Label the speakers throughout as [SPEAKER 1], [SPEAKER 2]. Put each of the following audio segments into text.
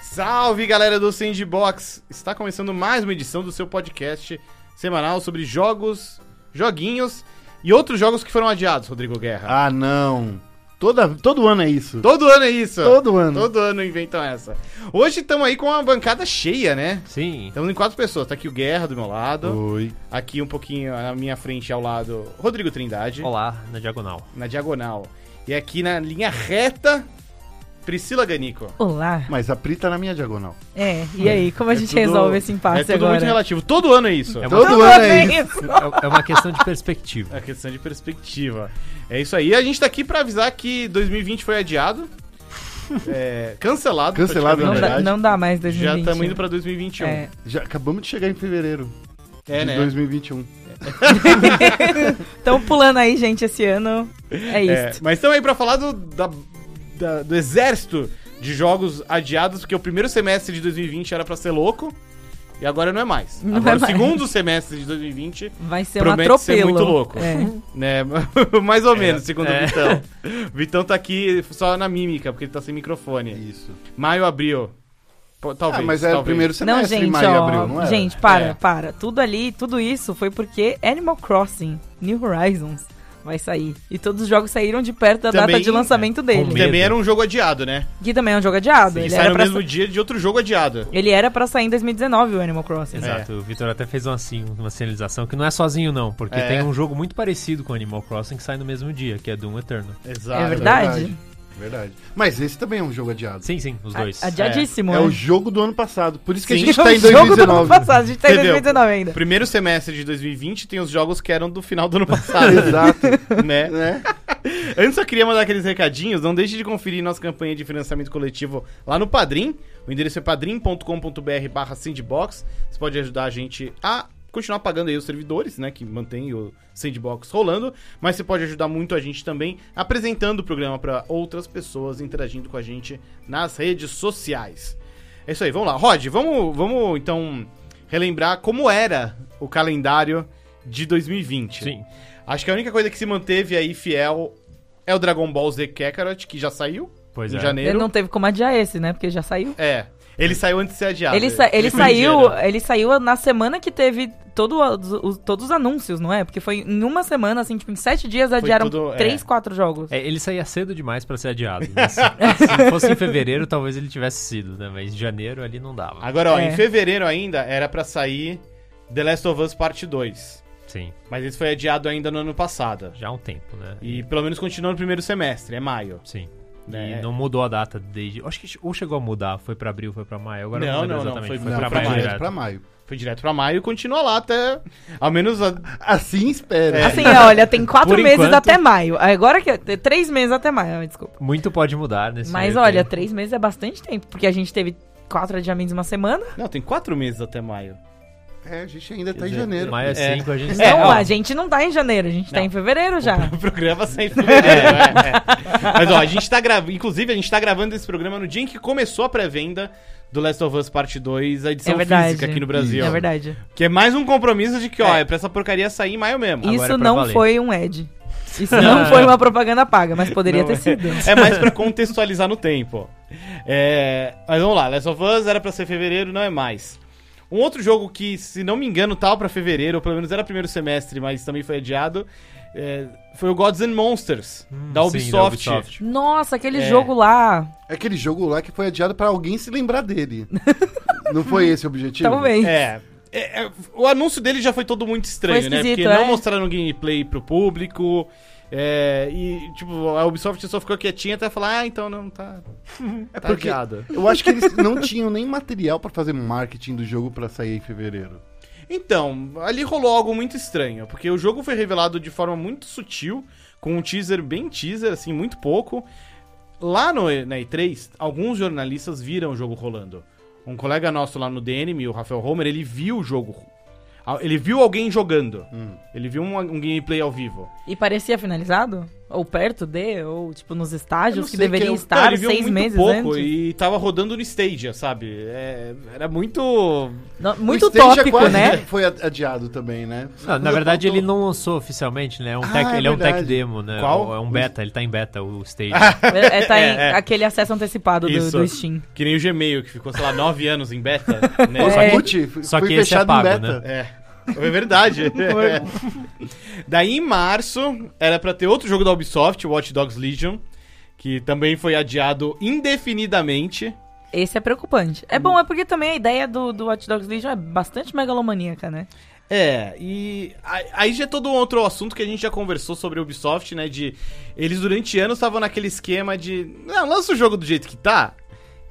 [SPEAKER 1] Salve, galera do Sandbox! Está começando mais uma edição do seu podcast semanal sobre jogos, joguinhos e outros jogos que foram adiados, Rodrigo Guerra.
[SPEAKER 2] Ah, não. Toda, todo ano é isso.
[SPEAKER 1] Todo ano é isso.
[SPEAKER 2] Todo ano.
[SPEAKER 1] Todo ano inventam essa. Hoje estamos aí com uma bancada cheia, né?
[SPEAKER 3] Sim.
[SPEAKER 1] Estamos em quatro pessoas. Tá aqui o Guerra do meu lado.
[SPEAKER 2] Oi.
[SPEAKER 1] Aqui um pouquinho na minha frente ao lado, Rodrigo Trindade.
[SPEAKER 3] Olá, na diagonal.
[SPEAKER 1] Na diagonal. E aqui na linha reta, Priscila Ganico.
[SPEAKER 4] Olá.
[SPEAKER 2] Mas a Pri tá na minha diagonal.
[SPEAKER 4] É, e aí, como a
[SPEAKER 2] É
[SPEAKER 4] gente
[SPEAKER 2] tudo-
[SPEAKER 4] resolve esse
[SPEAKER 1] É
[SPEAKER 4] impasse
[SPEAKER 1] tudo
[SPEAKER 4] agora?
[SPEAKER 1] muito relativo. Todo ano é isso.
[SPEAKER 3] É uma,
[SPEAKER 2] Todo
[SPEAKER 4] Tudo
[SPEAKER 2] ano é
[SPEAKER 4] bem.
[SPEAKER 2] isso.
[SPEAKER 3] é- é uma questão de perspectiva.
[SPEAKER 1] A questão de perspectiva. É isso aí. E a gente tá aqui pra avisar que 2020 foi adiado. É, cancelado.
[SPEAKER 2] Cancelado,
[SPEAKER 4] Não,
[SPEAKER 1] praticamente.
[SPEAKER 4] dá,
[SPEAKER 2] verdade.
[SPEAKER 4] não dá mais 2020.
[SPEAKER 1] Já estamos indo pra 2021.
[SPEAKER 4] É.
[SPEAKER 2] Já acabamos de chegar em fevereiro
[SPEAKER 1] É,
[SPEAKER 2] de
[SPEAKER 1] né?
[SPEAKER 2] 2021.
[SPEAKER 4] Estão pulando aí, gente, esse ano. É
[SPEAKER 1] É,
[SPEAKER 4] isso.
[SPEAKER 1] mas estamos aí pra falar do, da- da- do exército de jogos adiados, porque o primeiro semestre de 2020 era pra ser louco. E agora não é mais.
[SPEAKER 4] Não
[SPEAKER 1] agora
[SPEAKER 4] é
[SPEAKER 1] o
[SPEAKER 4] mais.
[SPEAKER 1] segundo semestre de 2020
[SPEAKER 4] Vai ser um
[SPEAKER 1] Promete
[SPEAKER 4] atropelo.
[SPEAKER 1] ser muito louco.
[SPEAKER 4] É.
[SPEAKER 1] Né? Mais ou menos,
[SPEAKER 3] É,
[SPEAKER 1] segundo o
[SPEAKER 3] é.
[SPEAKER 1] Vitão. Vitão tá aqui só na mímica, porque ele tá sem
[SPEAKER 4] É.
[SPEAKER 1] microfone.
[SPEAKER 2] Isso.
[SPEAKER 1] Maio, abril. Pô, talvez.
[SPEAKER 2] ah, mas é o
[SPEAKER 1] talvez.
[SPEAKER 2] primeiro
[SPEAKER 4] Não,
[SPEAKER 2] semestre,
[SPEAKER 4] gente,
[SPEAKER 2] maio e
[SPEAKER 4] ó.
[SPEAKER 2] abril, não é?
[SPEAKER 4] Gente, para,
[SPEAKER 1] É.
[SPEAKER 4] para. Tudo ali, tudo isso foi porque Animal Crossing, New Horizons, vai sair. E todos os jogos saíram de perto da
[SPEAKER 1] Também,
[SPEAKER 4] data de lançamento
[SPEAKER 3] com
[SPEAKER 1] Que
[SPEAKER 4] dele.
[SPEAKER 3] medo.
[SPEAKER 1] Também era um jogo adiado, né?
[SPEAKER 4] Que também é um jogo adiado.
[SPEAKER 1] E
[SPEAKER 4] Ele
[SPEAKER 1] sai
[SPEAKER 4] era,
[SPEAKER 1] no
[SPEAKER 4] pra
[SPEAKER 1] mesmo
[SPEAKER 4] sa-
[SPEAKER 1] dia de outro jogo adiado.
[SPEAKER 4] ele era pra sair em 2019, o Animal Crossing.
[SPEAKER 1] É.
[SPEAKER 3] Exato, o Vitor até fez uma, sin- uma sinalização que não é sozinho, não, porque
[SPEAKER 1] É.
[SPEAKER 3] tem um jogo muito parecido com Animal Crossing que sai no mesmo dia, que é Doom Eterno.
[SPEAKER 1] Exato.
[SPEAKER 4] É verdade.
[SPEAKER 2] Verdade. É Verdade. Mas esse também é um jogo adiado.
[SPEAKER 3] Sim, sim, os dois.
[SPEAKER 4] A- Adiadíssimo.
[SPEAKER 2] É
[SPEAKER 4] né?
[SPEAKER 2] o jogo do ano passado. Por isso que
[SPEAKER 1] Sim.
[SPEAKER 2] a gente
[SPEAKER 4] É
[SPEAKER 2] tá
[SPEAKER 4] o
[SPEAKER 2] em
[SPEAKER 4] jogo do ano
[SPEAKER 2] 2019.
[SPEAKER 4] passado, a gente tá em
[SPEAKER 1] Entendeu?
[SPEAKER 4] 2019 ainda.
[SPEAKER 1] Primeiro semestre de 2020 tem os jogos que eram do final do ano passado,
[SPEAKER 2] Exato.
[SPEAKER 1] né?
[SPEAKER 2] né?
[SPEAKER 1] Antes eu queria mandar aqueles recadinhos. Não deixe de conferir nossa campanha de financiamento coletivo lá no Padrim. O endereço é padrim.com.br barra sandbox. Você pode ajudar a gente a continuar pagando aí os servidores, né? Que mantém o sandbox rolando. Mas você pode ajudar muito a gente também apresentando o programa para outras pessoas, interagindo com a gente nas redes sociais. É isso aí, vamos lá. Rod, vamos, vamos então relembrar como era o calendário de 2020.
[SPEAKER 3] Sim.
[SPEAKER 1] Acho que a única coisa que se manteve aí fiel é o Dragon Ball Z Kakarot, que já saiu
[SPEAKER 3] Pois
[SPEAKER 1] em
[SPEAKER 3] é.
[SPEAKER 4] Ele
[SPEAKER 1] janeiro.
[SPEAKER 4] não teve como adiar esse, né? Porque já saiu.
[SPEAKER 1] É. Ele saiu antes de ser adiado.
[SPEAKER 4] ele sa- ele
[SPEAKER 1] Eles
[SPEAKER 4] saiu,
[SPEAKER 1] venderam.
[SPEAKER 4] ele saiu na semana que teve todo os- os- todos os anúncios, não é? Porque foi em uma semana, assim, tipo, em sete dias adiaram
[SPEAKER 1] tudo- é.
[SPEAKER 4] três, quatro jogos.
[SPEAKER 3] É, ele saía cedo demais pra ser adiado. né? Se, se fosse em fevereiro, talvez ele tivesse sido, né? Mas em janeiro ali não dava.
[SPEAKER 1] Agora, ó,
[SPEAKER 4] É.
[SPEAKER 1] em fevereiro ainda era pra sair The Last of Us Parte 2.
[SPEAKER 3] Sim,
[SPEAKER 1] Mas esse foi adiado ainda no ano passado.
[SPEAKER 3] já há um tempo, né?
[SPEAKER 1] E pelo menos continuou no primeiro semestre, é maio.
[SPEAKER 3] Sim.
[SPEAKER 1] Né?
[SPEAKER 3] E não mudou a data desde. Acho que che- ou chegou a mudar, foi pra abril, foi pra maio. Agora
[SPEAKER 1] Não,
[SPEAKER 3] eu lembro
[SPEAKER 1] não, não,
[SPEAKER 3] exatamente.
[SPEAKER 1] foi-
[SPEAKER 3] Foi,
[SPEAKER 1] não,
[SPEAKER 3] pra
[SPEAKER 1] foi
[SPEAKER 3] maio.
[SPEAKER 1] direto
[SPEAKER 3] direto.
[SPEAKER 2] pra maio.
[SPEAKER 1] Foi direto pra maio e continua lá até. Ao menos. a-
[SPEAKER 2] Assim espera.
[SPEAKER 1] É.
[SPEAKER 4] Assim, olha, tem quatro
[SPEAKER 3] Por
[SPEAKER 4] meses
[SPEAKER 3] enquanto-
[SPEAKER 4] até maio. Agora que. tem Três meses até maio, ah, desculpa.
[SPEAKER 3] Muito pode mudar nesse
[SPEAKER 4] Mas
[SPEAKER 3] meio
[SPEAKER 4] olha,
[SPEAKER 3] tempo.
[SPEAKER 4] três meses é bastante tempo, porque a gente teve quatro adiamentos em uma semana.
[SPEAKER 1] Não, tem quatro meses até maio.
[SPEAKER 2] É, a gente ainda tá em janeiro.
[SPEAKER 3] Maio é
[SPEAKER 1] É.
[SPEAKER 3] 5, a gente
[SPEAKER 4] Então,
[SPEAKER 3] tá-
[SPEAKER 1] ó.
[SPEAKER 4] a gente não tá em janeiro, a gente tá
[SPEAKER 1] Não.
[SPEAKER 4] em fevereiro já.
[SPEAKER 1] O programa sai em fevereiro. é, é. Mas ó, a gente tá gravando. Inclusive, a gente tá gravando esse programa no dia em que começou a pré-venda do Last of Us Parte 2, a edição
[SPEAKER 4] É verdade.
[SPEAKER 1] física aqui no Brasil.
[SPEAKER 4] É verdade.
[SPEAKER 1] Que é mais um compromisso de que, ó, é,
[SPEAKER 3] É.
[SPEAKER 1] pra essa porcaria sair em maio mesmo. Ah,
[SPEAKER 3] Agora
[SPEAKER 4] Isso
[SPEAKER 3] é pra
[SPEAKER 4] não
[SPEAKER 3] valer.
[SPEAKER 4] foi um ad. Isso
[SPEAKER 1] Não,
[SPEAKER 4] não
[SPEAKER 1] é.
[SPEAKER 4] foi uma propaganda paga, mas poderia
[SPEAKER 1] Não,
[SPEAKER 4] ter
[SPEAKER 1] é-
[SPEAKER 4] sido.
[SPEAKER 1] É mais pra contextualizar no tempo. É, mas vamos lá, Last of Us era pra ser fevereiro, não é mais. Um outro jogo que, se não me engano, tava pra fevereiro, ou pelo menos era primeiro semestre, mas também foi adiado, é, foi o Gods and Monsters,
[SPEAKER 3] Hum,
[SPEAKER 1] da
[SPEAKER 3] sim,
[SPEAKER 1] Ubisoft.
[SPEAKER 4] Nossa, aquele
[SPEAKER 1] É.
[SPEAKER 4] jogo lá.
[SPEAKER 2] É aquele jogo lá que foi adiado pra alguém se lembrar dele. não foi esse o objetivo?
[SPEAKER 4] Talvez.
[SPEAKER 1] É. É, é, o anúncio dele já foi todo muito estranho,
[SPEAKER 4] Foi
[SPEAKER 1] né? Porque
[SPEAKER 4] esquisito,
[SPEAKER 1] não
[SPEAKER 4] é.
[SPEAKER 1] mostraram gameplay pro público. é, e, tipo, a Ubisoft só ficou quietinha até falar, ah, então não tá.
[SPEAKER 2] É
[SPEAKER 1] tá
[SPEAKER 2] porque
[SPEAKER 1] adiado."
[SPEAKER 2] eu acho que eles não tinham nem material pra fazer marketing do jogo pra sair em fevereiro.
[SPEAKER 1] Então, ali rolou algo muito estranho, porque o jogo foi revelado de forma muito sutil, com um teaser bem teaser, assim, muito pouco. Lá no, na E3, alguns jornalistas viram o jogo rolando. Um colega nosso lá no DNM, o Rafael Homer, ele viu o jogo. Ele viu alguém jogando. Ele viu um, um gameplay ao vivo.
[SPEAKER 4] E parecia finalizado? ou perto de, ou tipo nos estágios que
[SPEAKER 1] Eu não sei, eu-
[SPEAKER 4] deveriam estar
[SPEAKER 1] Então, ele viu
[SPEAKER 4] Tá, seis
[SPEAKER 1] muito
[SPEAKER 4] meses
[SPEAKER 1] pouco
[SPEAKER 4] antes.
[SPEAKER 1] E tava rodando no Stadia, sabe? É, era muito.
[SPEAKER 4] Não,
[SPEAKER 2] O
[SPEAKER 4] muito
[SPEAKER 1] é
[SPEAKER 2] Stadia
[SPEAKER 4] tópico,
[SPEAKER 2] quase
[SPEAKER 4] né?
[SPEAKER 2] Foi adiado também, né?
[SPEAKER 3] Não, Ah, na verdade, ele não lançou oficialmente, né? É um
[SPEAKER 2] Ah,
[SPEAKER 3] tech-
[SPEAKER 2] é
[SPEAKER 3] ele é um tech
[SPEAKER 2] verdade.
[SPEAKER 3] demo, né?
[SPEAKER 1] Qual?
[SPEAKER 3] É um beta, ele tá em beta, o stage.
[SPEAKER 4] É, é, tá em
[SPEAKER 1] É, é.
[SPEAKER 4] aquele acesso antecipado do,
[SPEAKER 1] Isso.
[SPEAKER 4] do Steam.
[SPEAKER 1] Que nem o Gmail, que ficou, sei lá, nove anos em beta. Né?
[SPEAKER 3] Pô,
[SPEAKER 2] Só
[SPEAKER 4] É.
[SPEAKER 2] que, Gucci, fui-
[SPEAKER 3] só
[SPEAKER 2] fui
[SPEAKER 3] que esse é
[SPEAKER 2] fechado
[SPEAKER 3] pago,
[SPEAKER 2] em beta.
[SPEAKER 3] né?
[SPEAKER 1] É. É verdade. É. Daí em março era pra ter outro jogo da Ubisoft, Watch Dogs Legion, que também foi adiado indefinidamente.
[SPEAKER 4] Esse é preocupante. É bom, é porque também a ideia do, do Watch Dogs Legion é bastante megalomaníaca, né?
[SPEAKER 1] É, e aí- aí já é todo um outro assunto que a gente já conversou sobre a Ubisoft, né? De eles durante anos estavam naquele esquema de não, lança o jogo do jeito que tá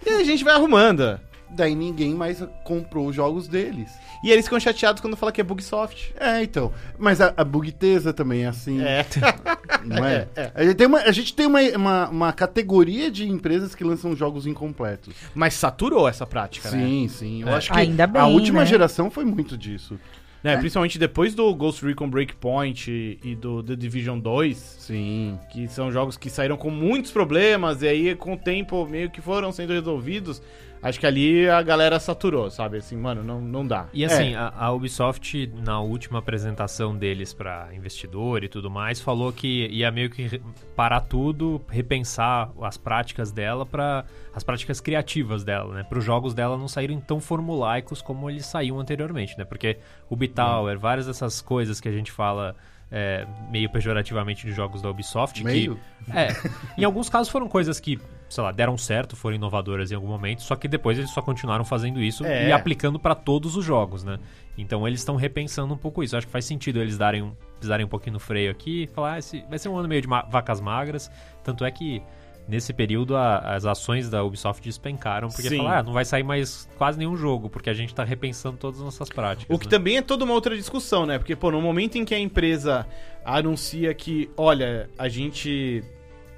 [SPEAKER 1] e a gente vai arrumando.
[SPEAKER 2] Daí ninguém mais comprou os jogos deles.
[SPEAKER 1] E eles ficam chateados quando fala que é Bugsoft.
[SPEAKER 2] É, então. Mas a, a Bugtesa também é assim,
[SPEAKER 1] É.
[SPEAKER 2] não é? A gente tem, uma, a gente tem uma, uma, uma categoria de empresas que lançam jogos incompletos.
[SPEAKER 1] Mas saturou essa prática, né?
[SPEAKER 2] Sim, sim. Eu
[SPEAKER 1] É.
[SPEAKER 2] acho que
[SPEAKER 4] Ainda
[SPEAKER 2] a
[SPEAKER 4] bem,
[SPEAKER 2] última
[SPEAKER 4] né?
[SPEAKER 2] geração foi muito disso.
[SPEAKER 1] né? Principalmente depois do Ghost Recon Breakpoint e- e do The Division 2.
[SPEAKER 2] Sim.
[SPEAKER 1] que são jogos que saíram com muitos problemas e aí com o tempo meio que foram sendo resolvidos. Acho que ali a galera saturou, sabe? Assim, mano, não, não dá. É.
[SPEAKER 3] E assim, a, a Ubisoft, na última apresentação deles pra investidor e tudo mais, falou que ia meio que re- parar tudo, repensar as práticas dela para as práticas criativas dela, né? Para os jogos dela não saírem tão formulaicos como eles saíam anteriormente, né? Porque o Bitower, várias dessas coisas que a gente fala é, meio pejorativamente de jogos da Ubisoft,
[SPEAKER 2] Meio?
[SPEAKER 3] que é, em alguns casos foram coisas que, sei lá, deram certo, foram inovadoras em algum momento, só que depois eles só continuaram fazendo isso
[SPEAKER 1] É.
[SPEAKER 3] e aplicando pra todos os jogos, né? Então eles estão repensando um pouco isso. Acho que faz sentido eles darem um, pisarem um pouquinho no freio aqui e falar, ah, esse vai ser um ano meio de ma- vacas magras. Tanto é que nesse período a- as ações da Ubisoft despencaram, porque
[SPEAKER 1] Sim.
[SPEAKER 3] falaram, ah, não vai sair mais quase nenhum jogo, porque a gente tá repensando todas as nossas práticas.
[SPEAKER 1] O que
[SPEAKER 3] né?
[SPEAKER 1] também é toda uma outra discussão, né? Porque, pô, no momento em que a empresa anuncia que, olha, a gente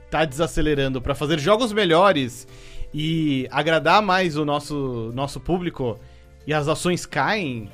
[SPEAKER 1] tá desacelerando pra fazer jogos melhores e agradar mais o nosso, nosso público e as ações caem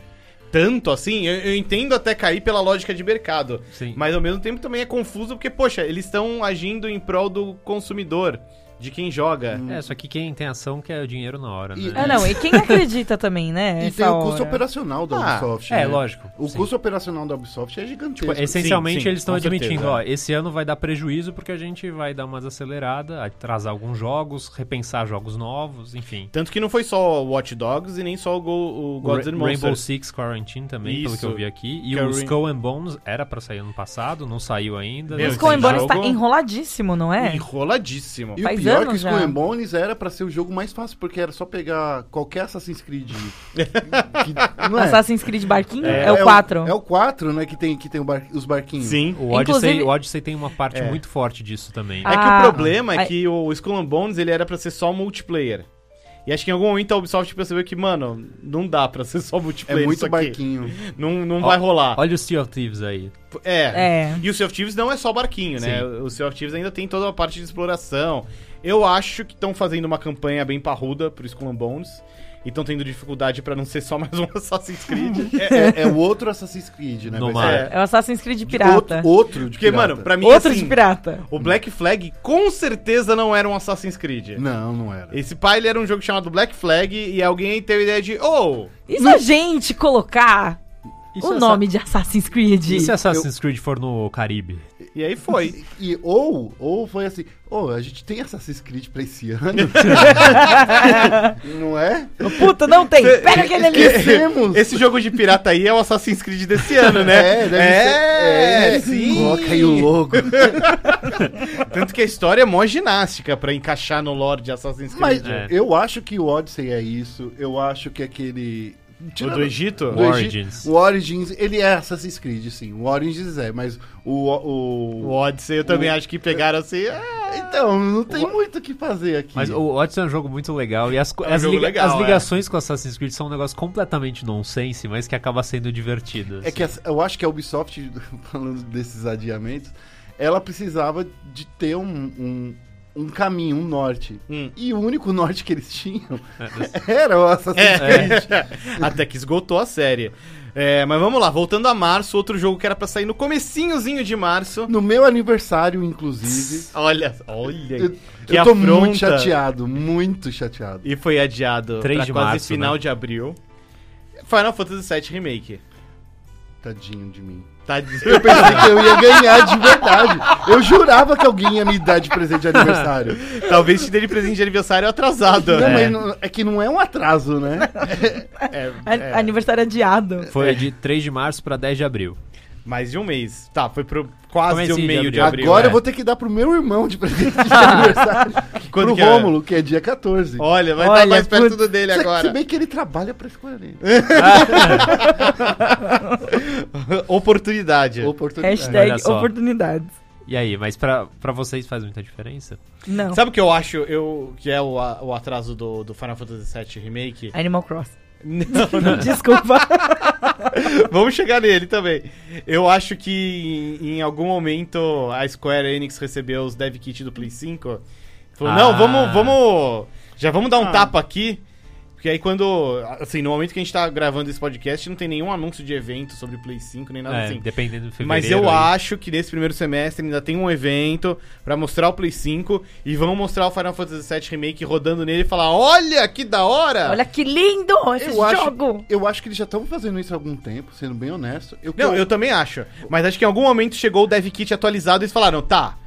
[SPEAKER 1] tanto assim, eu, eu entendo até cair pela lógica de mercado.
[SPEAKER 3] Sim.
[SPEAKER 1] Mas ao mesmo tempo também é confuso porque, poxa, eles estão agindo em prol do consumidor, de quem joga.
[SPEAKER 3] É, só que quem tem ação quer o dinheiro na hora,
[SPEAKER 2] E-
[SPEAKER 3] né?
[SPEAKER 4] É, não, e quem acredita também, né?
[SPEAKER 2] E
[SPEAKER 4] essa
[SPEAKER 2] tem o custo
[SPEAKER 4] hora?
[SPEAKER 2] operacional da
[SPEAKER 1] Ah,
[SPEAKER 2] Ubisoft.
[SPEAKER 3] É,
[SPEAKER 2] né?
[SPEAKER 3] lógico.
[SPEAKER 2] O
[SPEAKER 3] sim.
[SPEAKER 2] custo operacional da Ubisoft é gigantesco.
[SPEAKER 3] Tipo, essencialmente
[SPEAKER 1] sim,
[SPEAKER 3] eles estão
[SPEAKER 1] com
[SPEAKER 3] admitindo,
[SPEAKER 4] é.
[SPEAKER 1] certeza.
[SPEAKER 3] ó, esse ano vai dar prejuízo porque a gente vai dar uma desacelerada, atrasar alguns jogos, repensar jogos novos, enfim.
[SPEAKER 1] Tanto que não foi só o Watch Dogs e nem só o, Go- o Gods
[SPEAKER 3] Ra-
[SPEAKER 1] and
[SPEAKER 3] Rainbow
[SPEAKER 1] Monsters.
[SPEAKER 3] Six Quarantine também, pelo que
[SPEAKER 1] Isso.
[SPEAKER 3] eu vi aqui. E
[SPEAKER 1] Que é o
[SPEAKER 3] o
[SPEAKER 1] Rain-
[SPEAKER 3] Skull and Bones era pra sair ano passado, não saiu ainda.
[SPEAKER 1] Meu,
[SPEAKER 4] Mas
[SPEAKER 3] Não
[SPEAKER 1] esse
[SPEAKER 4] Skull and
[SPEAKER 3] tem
[SPEAKER 4] Bones
[SPEAKER 1] jogo-
[SPEAKER 4] tá enroladíssimo, não é?
[SPEAKER 1] Enroladíssimo.
[SPEAKER 2] E o
[SPEAKER 4] Faz
[SPEAKER 2] pior é
[SPEAKER 4] anos
[SPEAKER 2] que Skull
[SPEAKER 4] já.
[SPEAKER 2] and Bones era pra ser o jogo mais fácil, porque era só pegar qualquer Assassin's Creed. que- não é?
[SPEAKER 4] Assassin's Creed Barquinho? É,
[SPEAKER 2] É
[SPEAKER 4] o 4.
[SPEAKER 2] É o 4, né, que tem, que tem o bar- os barquinhos.
[SPEAKER 1] Sim.
[SPEAKER 3] O Odyssey,
[SPEAKER 4] Inclusive-
[SPEAKER 3] o Odyssey tem uma parte
[SPEAKER 1] É.
[SPEAKER 3] muito forte disso também.
[SPEAKER 4] Ah,
[SPEAKER 1] É que o problema é
[SPEAKER 4] ai.
[SPEAKER 1] que o Skull and Bones ele era pra ser só multiplayer. E acho que em algum momento a Ubisoft percebeu que, mano, não dá pra ser só
[SPEAKER 2] É
[SPEAKER 1] multiplayer isso
[SPEAKER 2] muito
[SPEAKER 1] aqui.
[SPEAKER 2] barquinho.
[SPEAKER 1] Não, não
[SPEAKER 3] Ó,
[SPEAKER 1] vai rolar.
[SPEAKER 3] Olha o Sea of Thieves aí.
[SPEAKER 1] É.
[SPEAKER 4] É.
[SPEAKER 1] E o Sea of Thieves não é só barquinho, né?
[SPEAKER 3] Sim.
[SPEAKER 1] O Sea of Thieves ainda tem toda a parte de exploração. Eu acho que estão fazendo uma campanha bem parruda pro Skull and Bones. E estão tendo dificuldade pra não ser só mais um Assassin's Creed. É,
[SPEAKER 2] É, é o outro Assassin's Creed, né?
[SPEAKER 3] No
[SPEAKER 2] vai ser.
[SPEAKER 3] mar.
[SPEAKER 1] é.
[SPEAKER 4] É o Assassin's Creed
[SPEAKER 2] De
[SPEAKER 4] Pirata.
[SPEAKER 2] Outro, outro de
[SPEAKER 1] Porque,
[SPEAKER 2] pirata.
[SPEAKER 1] mano, pra mim,
[SPEAKER 4] Outro
[SPEAKER 1] assim,
[SPEAKER 4] de pirata.
[SPEAKER 1] o Black Flag com certeza não era um Assassin's Creed.
[SPEAKER 2] Não, não era.
[SPEAKER 1] Esse pai ele era um jogo chamado Black Flag e alguém teve a ideia de, oh,
[SPEAKER 4] E se a gente colocar o
[SPEAKER 2] é
[SPEAKER 4] nome de Assassin's Creed?
[SPEAKER 3] E se Assassin's Creed for no Caribe?
[SPEAKER 1] e aí foi.
[SPEAKER 2] E ou, ou foi assim, ou a gente tem Assassin's Creed pra esse ano. não é?
[SPEAKER 4] Puta, não tem. Pega aquele ali.
[SPEAKER 2] Esquecemos.
[SPEAKER 1] Esse jogo de pirata aí é o Assassin's Creed desse ano, né?
[SPEAKER 2] É, deve ser- é,
[SPEAKER 1] sim.
[SPEAKER 2] Coloca aí o logo.
[SPEAKER 1] Tanto que a história é mó ginástica pra encaixar no lore de Assassin's Creed.
[SPEAKER 2] Mas
[SPEAKER 3] É.
[SPEAKER 2] eu acho que o Odyssey é isso. Eu acho que aquele.
[SPEAKER 1] O do Egito?
[SPEAKER 2] Do Egito-
[SPEAKER 3] Origins.
[SPEAKER 2] O Origins, ele é Assassin's Creed, sim. O Origins é, mas o.
[SPEAKER 1] O
[SPEAKER 2] o,
[SPEAKER 1] Odyssey eu também acho que pegaram assim. ah,
[SPEAKER 2] Então, não tem muito o que fazer aqui.
[SPEAKER 3] Mas o Odyssey é um jogo muito legal e as, co-
[SPEAKER 1] É um
[SPEAKER 3] as
[SPEAKER 1] jogo
[SPEAKER 3] liga-
[SPEAKER 1] legal,
[SPEAKER 3] as
[SPEAKER 1] é.
[SPEAKER 3] ligações com Assassin's Creed são um negócio completamente nonsense, mas que acaba sendo divertido. assim.
[SPEAKER 2] É que as- eu acho que a Ubisoft, falando desses adiamentos, ela precisava de ter um, um, um caminho, um norte.
[SPEAKER 1] hum. É,
[SPEAKER 2] E o único norte que eles tinham
[SPEAKER 3] assim.
[SPEAKER 2] É. era o Assassin's Creed.
[SPEAKER 1] Até que é. esgotou a série. É, mas vamos lá, voltando a março, outro jogo que era pra sair no comecinhozinho de março.
[SPEAKER 2] No meu aniversário, inclusive.
[SPEAKER 1] Olha, olha.
[SPEAKER 2] Eu,
[SPEAKER 1] que
[SPEAKER 2] eu tô
[SPEAKER 1] afronta.
[SPEAKER 2] muito chateado, muito chateado.
[SPEAKER 1] E foi adiado
[SPEAKER 3] 3
[SPEAKER 1] pra
[SPEAKER 3] de
[SPEAKER 1] quase
[SPEAKER 3] março,
[SPEAKER 1] final
[SPEAKER 3] né?
[SPEAKER 1] de abril. Final Fantasy VII Remake.
[SPEAKER 2] Tadinho de mim.
[SPEAKER 1] Tá de...
[SPEAKER 2] Eu pensei que eu ia ganhar de verdade. Eu jurava que alguém ia me dar de presente de aniversário.
[SPEAKER 1] Talvez te dê de presente de aniversário atrasado.
[SPEAKER 2] Não,
[SPEAKER 1] né?
[SPEAKER 2] mas não- é que não é um atraso, né?
[SPEAKER 1] É,
[SPEAKER 4] A- Aniversário adiado.
[SPEAKER 3] Foi de 3 de março pra 10 de abril.
[SPEAKER 1] mais de um mês. Tá, foi pro quase o
[SPEAKER 3] Comecinho de
[SPEAKER 1] meio de
[SPEAKER 3] abril.
[SPEAKER 1] abril.
[SPEAKER 2] Agora
[SPEAKER 3] é.
[SPEAKER 2] eu vou ter que dar pro meu irmão de presente de aniversário.
[SPEAKER 1] Quando
[SPEAKER 2] pro
[SPEAKER 1] que é?
[SPEAKER 2] Rômulo, que é dia 14.
[SPEAKER 1] Olha, vai
[SPEAKER 4] Olha,
[SPEAKER 1] estar mais perto
[SPEAKER 4] putz, é
[SPEAKER 1] do dele
[SPEAKER 2] Se-
[SPEAKER 1] agora.
[SPEAKER 2] Se bem que ele trabalha pra escolher. É.
[SPEAKER 1] Oportunidade.
[SPEAKER 2] Oportunidade.
[SPEAKER 4] Hashtag
[SPEAKER 3] Olha só.
[SPEAKER 4] oportunidades.
[SPEAKER 3] E aí, mas pra, pra vocês faz muita diferença?
[SPEAKER 4] Não.
[SPEAKER 1] Sabe o que eu acho eu, que é o, a- o atraso do, do Final Fantasy VII Remake?
[SPEAKER 4] Animal Crossing.
[SPEAKER 1] Não, não.
[SPEAKER 4] Desculpa.
[SPEAKER 1] Vamos chegar nele também. Eu acho que em, em algum momento a Square Enix recebeu os dev kit do Play 5. Falou,
[SPEAKER 3] Ah.
[SPEAKER 1] não, vamos, vamos. Já vamos dar um
[SPEAKER 4] Ah.
[SPEAKER 1] tapa aqui. Porque aí quando. Assim, no momento que a gente tá gravando esse podcast, não tem nenhum anúncio de evento sobre o Play 5, nem nada
[SPEAKER 3] É,
[SPEAKER 1] assim.
[SPEAKER 3] Dependendo do fevereiro.
[SPEAKER 1] Mas eu
[SPEAKER 3] aí.
[SPEAKER 1] acho que nesse primeiro semestre ainda tem um evento pra mostrar o Play 5 e vão mostrar o Final Fantasy VII Remake rodando nele e falar: Olha que da hora!
[SPEAKER 4] Olha que lindo esse
[SPEAKER 2] Eu acho-
[SPEAKER 4] jogo.
[SPEAKER 2] Eu acho que eles já estão fazendo isso há algum tempo, sendo bem honesto. Eu,
[SPEAKER 1] Não, eu também acho. Mas acho que em algum momento chegou o dev kit atualizado e eles falaram: Tá,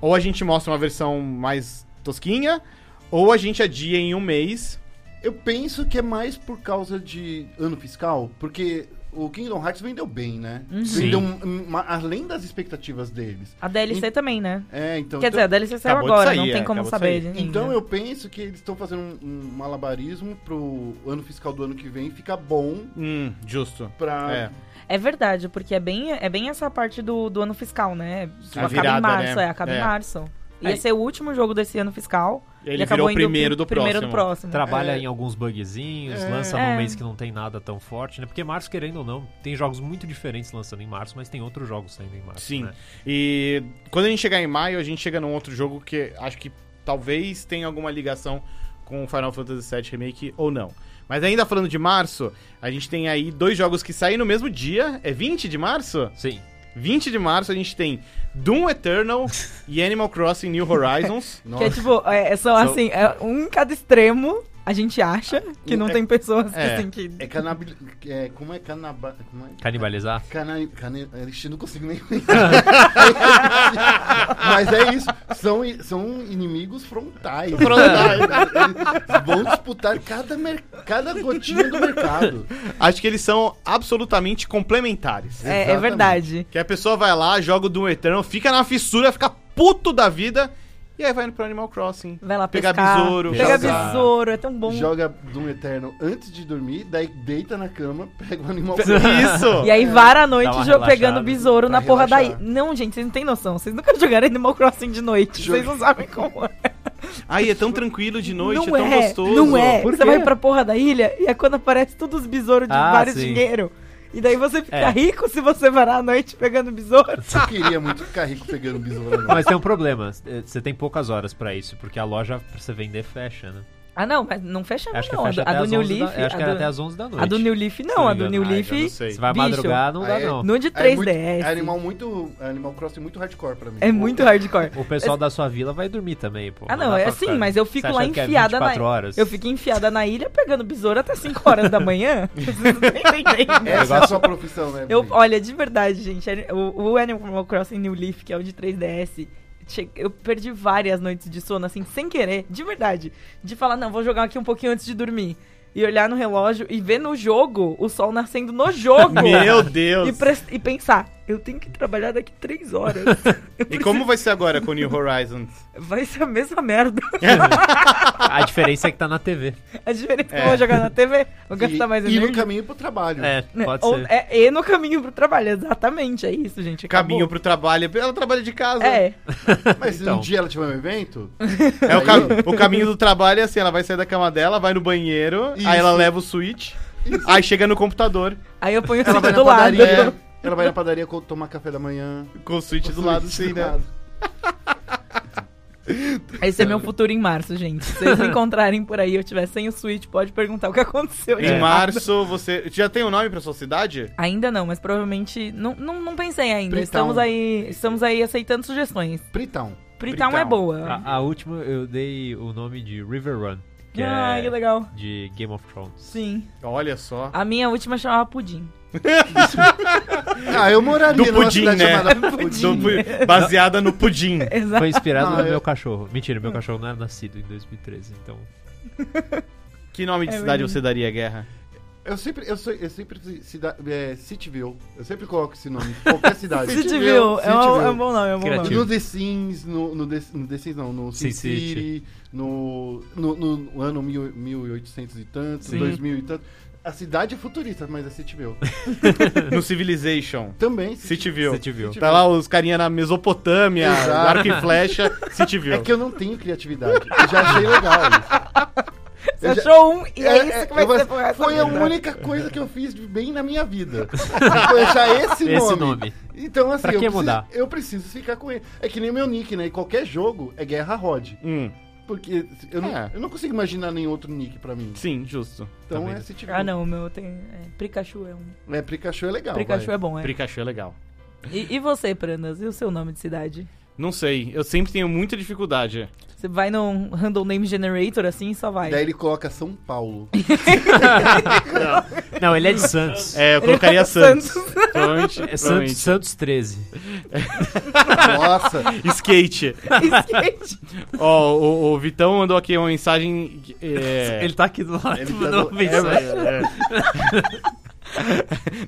[SPEAKER 1] ou a gente mostra uma versão mais tosquinha, ou a gente adia em um mês.
[SPEAKER 2] eu penso que é mais por causa de ano fiscal, porque o Kingdom Hearts vendeu bem, né?
[SPEAKER 4] Uhum.
[SPEAKER 3] Sim.
[SPEAKER 2] Vendeu um- um- além das expectativas deles.
[SPEAKER 4] A DLC também, né?
[SPEAKER 2] É, então.
[SPEAKER 4] Quer
[SPEAKER 2] então-
[SPEAKER 4] dizer, a DLC saiu
[SPEAKER 1] acabou de
[SPEAKER 4] agora,
[SPEAKER 1] sair,
[SPEAKER 4] não
[SPEAKER 1] é,
[SPEAKER 4] tem como
[SPEAKER 1] acabou de
[SPEAKER 4] saber.
[SPEAKER 1] sair.
[SPEAKER 4] ainda.
[SPEAKER 2] Então eu penso que eles estão fazendo um, um malabarismo pro ano fiscal do ano que vem ficar bom
[SPEAKER 1] Hum, justo.
[SPEAKER 2] pra.
[SPEAKER 1] É.
[SPEAKER 4] É verdade, porque é bem, é bem essa parte do, do ano fiscal, né?
[SPEAKER 1] A
[SPEAKER 4] acaba
[SPEAKER 1] virada,
[SPEAKER 4] em março,
[SPEAKER 1] né?
[SPEAKER 4] é, acaba
[SPEAKER 1] É.
[SPEAKER 4] em março. Ia
[SPEAKER 3] Aí-
[SPEAKER 4] ser o último jogo desse ano fiscal.
[SPEAKER 1] Ele virou
[SPEAKER 4] acabou
[SPEAKER 1] o
[SPEAKER 4] indo pro
[SPEAKER 1] primeiro do
[SPEAKER 4] primeiro
[SPEAKER 1] próximo.
[SPEAKER 4] próximo.
[SPEAKER 3] Trabalha
[SPEAKER 1] é.
[SPEAKER 3] em alguns bugzinhos, lança
[SPEAKER 4] É.
[SPEAKER 3] num mês que não tem nada tão forte, né? Porque março, querendo ou não, tem jogos muito diferentes lançando em março, mas tem outros jogos saindo em março.
[SPEAKER 1] Sim.
[SPEAKER 3] né?
[SPEAKER 1] E quando a gente chegar em maio, a gente chega num outro jogo que acho que talvez tenha alguma ligação com o Final Fantasy VII Remake ou não. Mas ainda falando de março, a gente tem aí dois jogos que saem no mesmo dia. É 20 de março?
[SPEAKER 3] Sim.
[SPEAKER 1] 20 de março a gente tem Doom Eternal e Animal Crossing New Horizons.
[SPEAKER 4] Que é tipo, é, são assim, é um em cada extremo, a gente acha que não
[SPEAKER 2] É-
[SPEAKER 4] tem pessoas que,
[SPEAKER 1] Ah, é.
[SPEAKER 4] assim, que...
[SPEAKER 2] É canabi... é, como é canaba... Como é?
[SPEAKER 3] Canibalizar?
[SPEAKER 2] Cana... Cana... Ixi, não consigo nem... Mas é isso. São, i- são inimigos frontais.
[SPEAKER 1] Frontais.
[SPEAKER 2] Eles vão disputar cada, mer... cada gotinha do mercado.
[SPEAKER 1] Acho que eles são absolutamente complementares.
[SPEAKER 4] É, é
[SPEAKER 2] Exatamente.
[SPEAKER 4] verdade.
[SPEAKER 1] Que a pessoa vai lá, joga o Doom Eternal, fica na fissura, fica puto da vida, e aí vai indo pro Animal Crossing.
[SPEAKER 4] Vai lá
[SPEAKER 1] Pegar
[SPEAKER 4] pescar,
[SPEAKER 1] besouro,
[SPEAKER 4] Pegar
[SPEAKER 1] jogar.
[SPEAKER 4] besouro, é tão bom.
[SPEAKER 2] Joga Doom Eternal antes de dormir, daí deita na cama, pega o animal...
[SPEAKER 1] Isso!
[SPEAKER 4] E aí vara à noite
[SPEAKER 3] Dá uma
[SPEAKER 4] jo- pegando
[SPEAKER 3] relaxada,
[SPEAKER 1] tá
[SPEAKER 4] besouro
[SPEAKER 2] pra
[SPEAKER 4] na porra daí.
[SPEAKER 2] relaxar.
[SPEAKER 4] Não, gente, vocês não têm noção. Vocês nunca jogaram Animal Crossing de noite.
[SPEAKER 2] Joga-
[SPEAKER 4] Vocês não sabem como é.
[SPEAKER 1] Aí é tão tranquilo de noite,
[SPEAKER 4] não
[SPEAKER 1] é tão
[SPEAKER 4] é,
[SPEAKER 1] gostoso.
[SPEAKER 4] Não é.
[SPEAKER 2] Por
[SPEAKER 4] Você
[SPEAKER 2] quê?
[SPEAKER 4] vai pra porra da ilha e é quando aparece todos os besouros de
[SPEAKER 3] Ah,
[SPEAKER 4] vários
[SPEAKER 3] sim.
[SPEAKER 4] dinheiro. E daí você fica
[SPEAKER 3] É.
[SPEAKER 4] rico se você varar à noite pegando besouro.
[SPEAKER 2] Eu queria muito ficar rico pegando besouro. não.
[SPEAKER 3] Mas tem um problema. eh, Você tem poucas horas pra isso, porque a loja pra você vender fecha, né?
[SPEAKER 4] Ah, não, mas não fecha
[SPEAKER 3] Acho que
[SPEAKER 4] não. A
[SPEAKER 3] fecha
[SPEAKER 4] do, a
[SPEAKER 3] até
[SPEAKER 4] do
[SPEAKER 3] às
[SPEAKER 4] New
[SPEAKER 3] 11 da-
[SPEAKER 4] Leaf.
[SPEAKER 3] eu Acho que
[SPEAKER 4] a
[SPEAKER 3] era
[SPEAKER 4] do-
[SPEAKER 3] até às 11 da noite.
[SPEAKER 4] a do New Leaf
[SPEAKER 3] Se
[SPEAKER 4] não.
[SPEAKER 3] não
[SPEAKER 4] A
[SPEAKER 3] me
[SPEAKER 4] do
[SPEAKER 3] engano.
[SPEAKER 4] New
[SPEAKER 3] Ah,
[SPEAKER 1] Eu não
[SPEAKER 4] Leaf.
[SPEAKER 1] sei.
[SPEAKER 3] Você vai
[SPEAKER 4] Bicho.
[SPEAKER 3] madrugar, não dá
[SPEAKER 2] Aí-
[SPEAKER 3] não.
[SPEAKER 4] No de
[SPEAKER 2] É muito-
[SPEAKER 4] 3DS.
[SPEAKER 2] é animal muito... é Animal Crossing muito hardcore pra mim.
[SPEAKER 4] É muito hardcore.
[SPEAKER 3] O pessoal da sua vila vai dormir também, pô.
[SPEAKER 4] Ah, não,
[SPEAKER 3] dá
[SPEAKER 4] é
[SPEAKER 3] pra
[SPEAKER 4] assim,
[SPEAKER 3] ficar-
[SPEAKER 4] mas eu
[SPEAKER 3] Você
[SPEAKER 4] fico
[SPEAKER 3] acha
[SPEAKER 4] lá
[SPEAKER 3] que é
[SPEAKER 4] enfiada na-
[SPEAKER 3] 24 horas.
[SPEAKER 4] Eu fico enfiada na ilha pegando besouro até 5 horas da manhã. Vocês não estão entendendo.
[SPEAKER 2] Essa é a sua profissão, né?
[SPEAKER 4] Eu,
[SPEAKER 2] Felipe?
[SPEAKER 4] olha, de verdade, gente, é- o, o Animal Crossing New Leaf, que é o de 3DS, che- eu perdi várias noites de sono, assim, sem querer, de verdade. De falar, não, vou jogar aqui um pouquinho antes de dormir. E olhar no relógio e ver no jogo o sol nascendo no jogo.
[SPEAKER 1] Meu Deus!
[SPEAKER 4] E, pres- e pensar, eu tenho que trabalhar daqui três horas. Eu
[SPEAKER 1] E
[SPEAKER 4] preciso-
[SPEAKER 1] como vai ser agora com New Horizons?
[SPEAKER 4] Vai ser a mesma merda.
[SPEAKER 3] A diferença é que tá na TV.
[SPEAKER 4] A diferença é que
[SPEAKER 1] É.
[SPEAKER 4] eu vou jogar na TV, vou
[SPEAKER 2] E,
[SPEAKER 4] gastar mais
[SPEAKER 2] e
[SPEAKER 4] energia.
[SPEAKER 2] no caminho pro trabalho.
[SPEAKER 3] É,
[SPEAKER 4] Né?
[SPEAKER 3] pode
[SPEAKER 4] Ou-
[SPEAKER 3] ser.
[SPEAKER 4] É, e no caminho pro trabalho, exatamente, é isso, gente. acabou.
[SPEAKER 1] Caminho pro trabalho. Ela trabalha de casa.
[SPEAKER 4] É,
[SPEAKER 2] Mas se um
[SPEAKER 3] Então.
[SPEAKER 2] dia ela tiver um evento,
[SPEAKER 1] É o,
[SPEAKER 2] Aí-
[SPEAKER 1] ca- o caminho do trabalho é assim, ela vai sair da cama dela, vai no banheiro,
[SPEAKER 2] Isso.
[SPEAKER 1] aí ela leva o switch, aí chega no computador,
[SPEAKER 4] aí eu ponho o
[SPEAKER 2] ela vai tá na
[SPEAKER 4] cinto do lado.
[SPEAKER 2] padaria.
[SPEAKER 1] É.
[SPEAKER 2] Ela vai na padaria co- tomar café da manhã. assim,
[SPEAKER 1] com o switch assim,
[SPEAKER 2] com
[SPEAKER 1] do lado assim,
[SPEAKER 2] suíte do
[SPEAKER 1] né?
[SPEAKER 2] lado.
[SPEAKER 4] Esse é meu futuro em março, gente. Se vocês me encontrarem por aí e eu tiver sem o Switch, pode perguntar o que
[SPEAKER 3] É.
[SPEAKER 4] aconteceu.
[SPEAKER 1] Em março, você. Já tem o nome pra sua cidade?
[SPEAKER 4] Ainda não, mas provavelmente. Não, não, não pensei ainda.
[SPEAKER 2] Pretão.
[SPEAKER 4] Estamos aí, estamos aí aceitando sugestões.
[SPEAKER 2] Pritão.
[SPEAKER 4] Pritão,
[SPEAKER 1] Pritão.
[SPEAKER 4] é boa.
[SPEAKER 3] A, a última eu dei o nome de River Run, que
[SPEAKER 4] Ai,
[SPEAKER 3] é
[SPEAKER 4] Ah, que legal.
[SPEAKER 3] de Game of Thrones.
[SPEAKER 4] Sim.
[SPEAKER 1] Olha só.
[SPEAKER 4] A minha última chamava Pudim.
[SPEAKER 2] Ah, eu moraria
[SPEAKER 1] Do
[SPEAKER 2] numa
[SPEAKER 1] pudim,
[SPEAKER 2] cidade
[SPEAKER 1] né?
[SPEAKER 2] chamada
[SPEAKER 4] Ah,
[SPEAKER 1] Do
[SPEAKER 2] Pudim.
[SPEAKER 1] pu- baseada no pudim.
[SPEAKER 4] Exato.
[SPEAKER 3] Foi inspirado
[SPEAKER 2] Não,
[SPEAKER 3] no
[SPEAKER 2] eu-
[SPEAKER 3] meu cachorro. Mentira,
[SPEAKER 4] Ah.
[SPEAKER 3] meu cachorro não era nascido em 2013, então.
[SPEAKER 1] Que nome de
[SPEAKER 4] É
[SPEAKER 1] cidade
[SPEAKER 4] verdade.
[SPEAKER 1] você daria guerra?
[SPEAKER 2] Eu sempre, eu sou, eu sempre, cida, é, Cityville. Eu sempre coloco esse nome. Qualquer cidade.
[SPEAKER 4] Cityville. É, um- é um
[SPEAKER 2] Cityville.
[SPEAKER 4] bom nome, é um bom
[SPEAKER 3] Criativo.
[SPEAKER 4] nome.
[SPEAKER 2] No The Sims, no, no, The, no The Sims não, no Sin
[SPEAKER 3] Sin City.
[SPEAKER 2] City, no, no, no ano mil, 1800 e tanto,
[SPEAKER 4] Sim.
[SPEAKER 2] 2000 e tanto. A cidade é futurista, mas é Cityville.
[SPEAKER 1] No Civilization.
[SPEAKER 2] Também
[SPEAKER 1] Cityville.
[SPEAKER 3] Cityville.
[SPEAKER 1] Tá lá os carinha na Mesopotâmia,
[SPEAKER 2] Exato.
[SPEAKER 1] arco e flecha, Cityville.
[SPEAKER 2] É que eu não tenho criatividade. Eu já achei legal isso.
[SPEAKER 4] Você
[SPEAKER 2] Eu já-
[SPEAKER 4] achou um e é,
[SPEAKER 2] É,
[SPEAKER 4] isso
[SPEAKER 2] é,
[SPEAKER 4] que vai
[SPEAKER 2] eu vou-
[SPEAKER 4] ser pro resto
[SPEAKER 2] Foi um
[SPEAKER 4] da
[SPEAKER 2] a
[SPEAKER 4] vida.
[SPEAKER 2] única coisa que eu fiz de bem na minha vida. Foi achar esse nome.
[SPEAKER 3] Esse nome.
[SPEAKER 2] Então, assim,
[SPEAKER 3] Pra
[SPEAKER 2] eu,
[SPEAKER 3] que
[SPEAKER 2] preciso,
[SPEAKER 3] mudar?
[SPEAKER 2] eu preciso ficar com ele. É que nem meu nick, né? E qualquer jogo é Guerra Rod.
[SPEAKER 1] Hum,
[SPEAKER 2] Porque eu,
[SPEAKER 1] É.
[SPEAKER 2] não, eu não consigo imaginar nenhum outro nick pra mim.
[SPEAKER 1] sim, justo.
[SPEAKER 2] Então
[SPEAKER 3] Também
[SPEAKER 2] é
[SPEAKER 3] não.
[SPEAKER 2] Cityville.
[SPEAKER 4] Ah, não, o meu tem. É, Pikachu é um.
[SPEAKER 2] É, Pikachu é legal.
[SPEAKER 4] Pikachu
[SPEAKER 2] vai.
[SPEAKER 4] é bom, é.
[SPEAKER 1] Pikachu é legal.
[SPEAKER 4] E, e você, Prandas? E o seu nome de cidade?
[SPEAKER 1] Não sei, eu sempre tenho muita dificuldade.
[SPEAKER 4] Você vai num random name generator assim e só vai.
[SPEAKER 2] Daí ele coloca São Paulo.
[SPEAKER 3] Não, ele é de Santos.
[SPEAKER 1] É, eu colocaria Santos. Provavelmente,
[SPEAKER 3] É
[SPEAKER 1] provavelmente.
[SPEAKER 3] Santos, Santos 13.
[SPEAKER 2] Nossa.
[SPEAKER 1] Skate.
[SPEAKER 4] Skate.
[SPEAKER 1] Ó, o, o Vitão mandou aqui uma mensagem. é,
[SPEAKER 3] Ele tá aqui do lado.
[SPEAKER 2] Ele
[SPEAKER 3] Ele
[SPEAKER 2] tá
[SPEAKER 3] não
[SPEAKER 2] do-
[SPEAKER 3] pensou.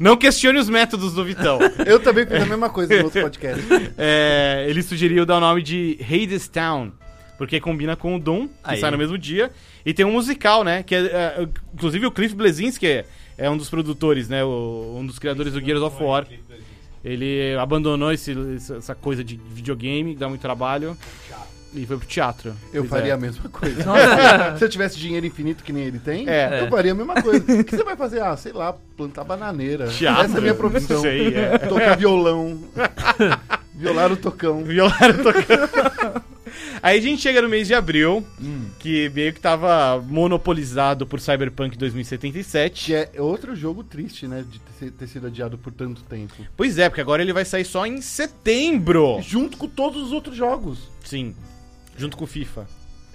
[SPEAKER 1] Não questione os métodos do Vitão.
[SPEAKER 2] Eu também fiz a mesma coisa no outro podcast.
[SPEAKER 1] É, ele sugeriu dar o nome de Hadestown, porque combina com o Doom, que
[SPEAKER 3] Aí.
[SPEAKER 1] sai no mesmo dia. E tem um musical, né? Que é, é, inclusive o Cliff Blesinski é, é um dos produtores, né? o- um dos criadores do Gears of War. Ele abandonou esse- esse- essa coisa de videogame, que dá muito trabalho. E foi pro teatro.
[SPEAKER 2] Eu
[SPEAKER 1] Pois
[SPEAKER 2] faria
[SPEAKER 1] é.
[SPEAKER 2] a mesma coisa.
[SPEAKER 4] Nossa.
[SPEAKER 2] Se eu tivesse dinheiro infinito que nem ele tem,
[SPEAKER 1] É.
[SPEAKER 2] eu faria a mesma coisa. O que você vai fazer? Ah, sei lá, plantar bananeira.
[SPEAKER 1] Teatro?
[SPEAKER 2] Essa é a minha profissão.
[SPEAKER 1] Não sei, é.
[SPEAKER 2] Tocar violão. Violar o tocão.
[SPEAKER 1] Violaram tocando. Aí a gente chega no mês de abril,
[SPEAKER 2] Hum.
[SPEAKER 1] que meio que tava monopolizado por Cyberpunk 2077.
[SPEAKER 2] Que é outro jogo triste, né? De ter se- ter sido adiado por tanto tempo.
[SPEAKER 1] Pois é, porque agora ele vai sair só em setembro.
[SPEAKER 2] Junto com todos os outros jogos.
[SPEAKER 1] Sim. Junto com o FIFA.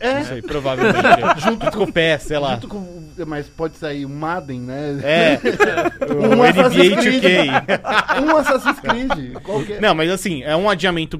[SPEAKER 1] Não
[SPEAKER 2] É.
[SPEAKER 1] sei, provavelmente. junto com o PES, sei lá.
[SPEAKER 2] Junto com, mas pode sair o Madden, né?
[SPEAKER 1] É. o
[SPEAKER 2] Um Assassin's
[SPEAKER 1] NBA
[SPEAKER 2] Creed.
[SPEAKER 1] 2K.
[SPEAKER 2] Um Assassin's Creed. Qualquer.
[SPEAKER 1] Não, mas assim, é um adiamento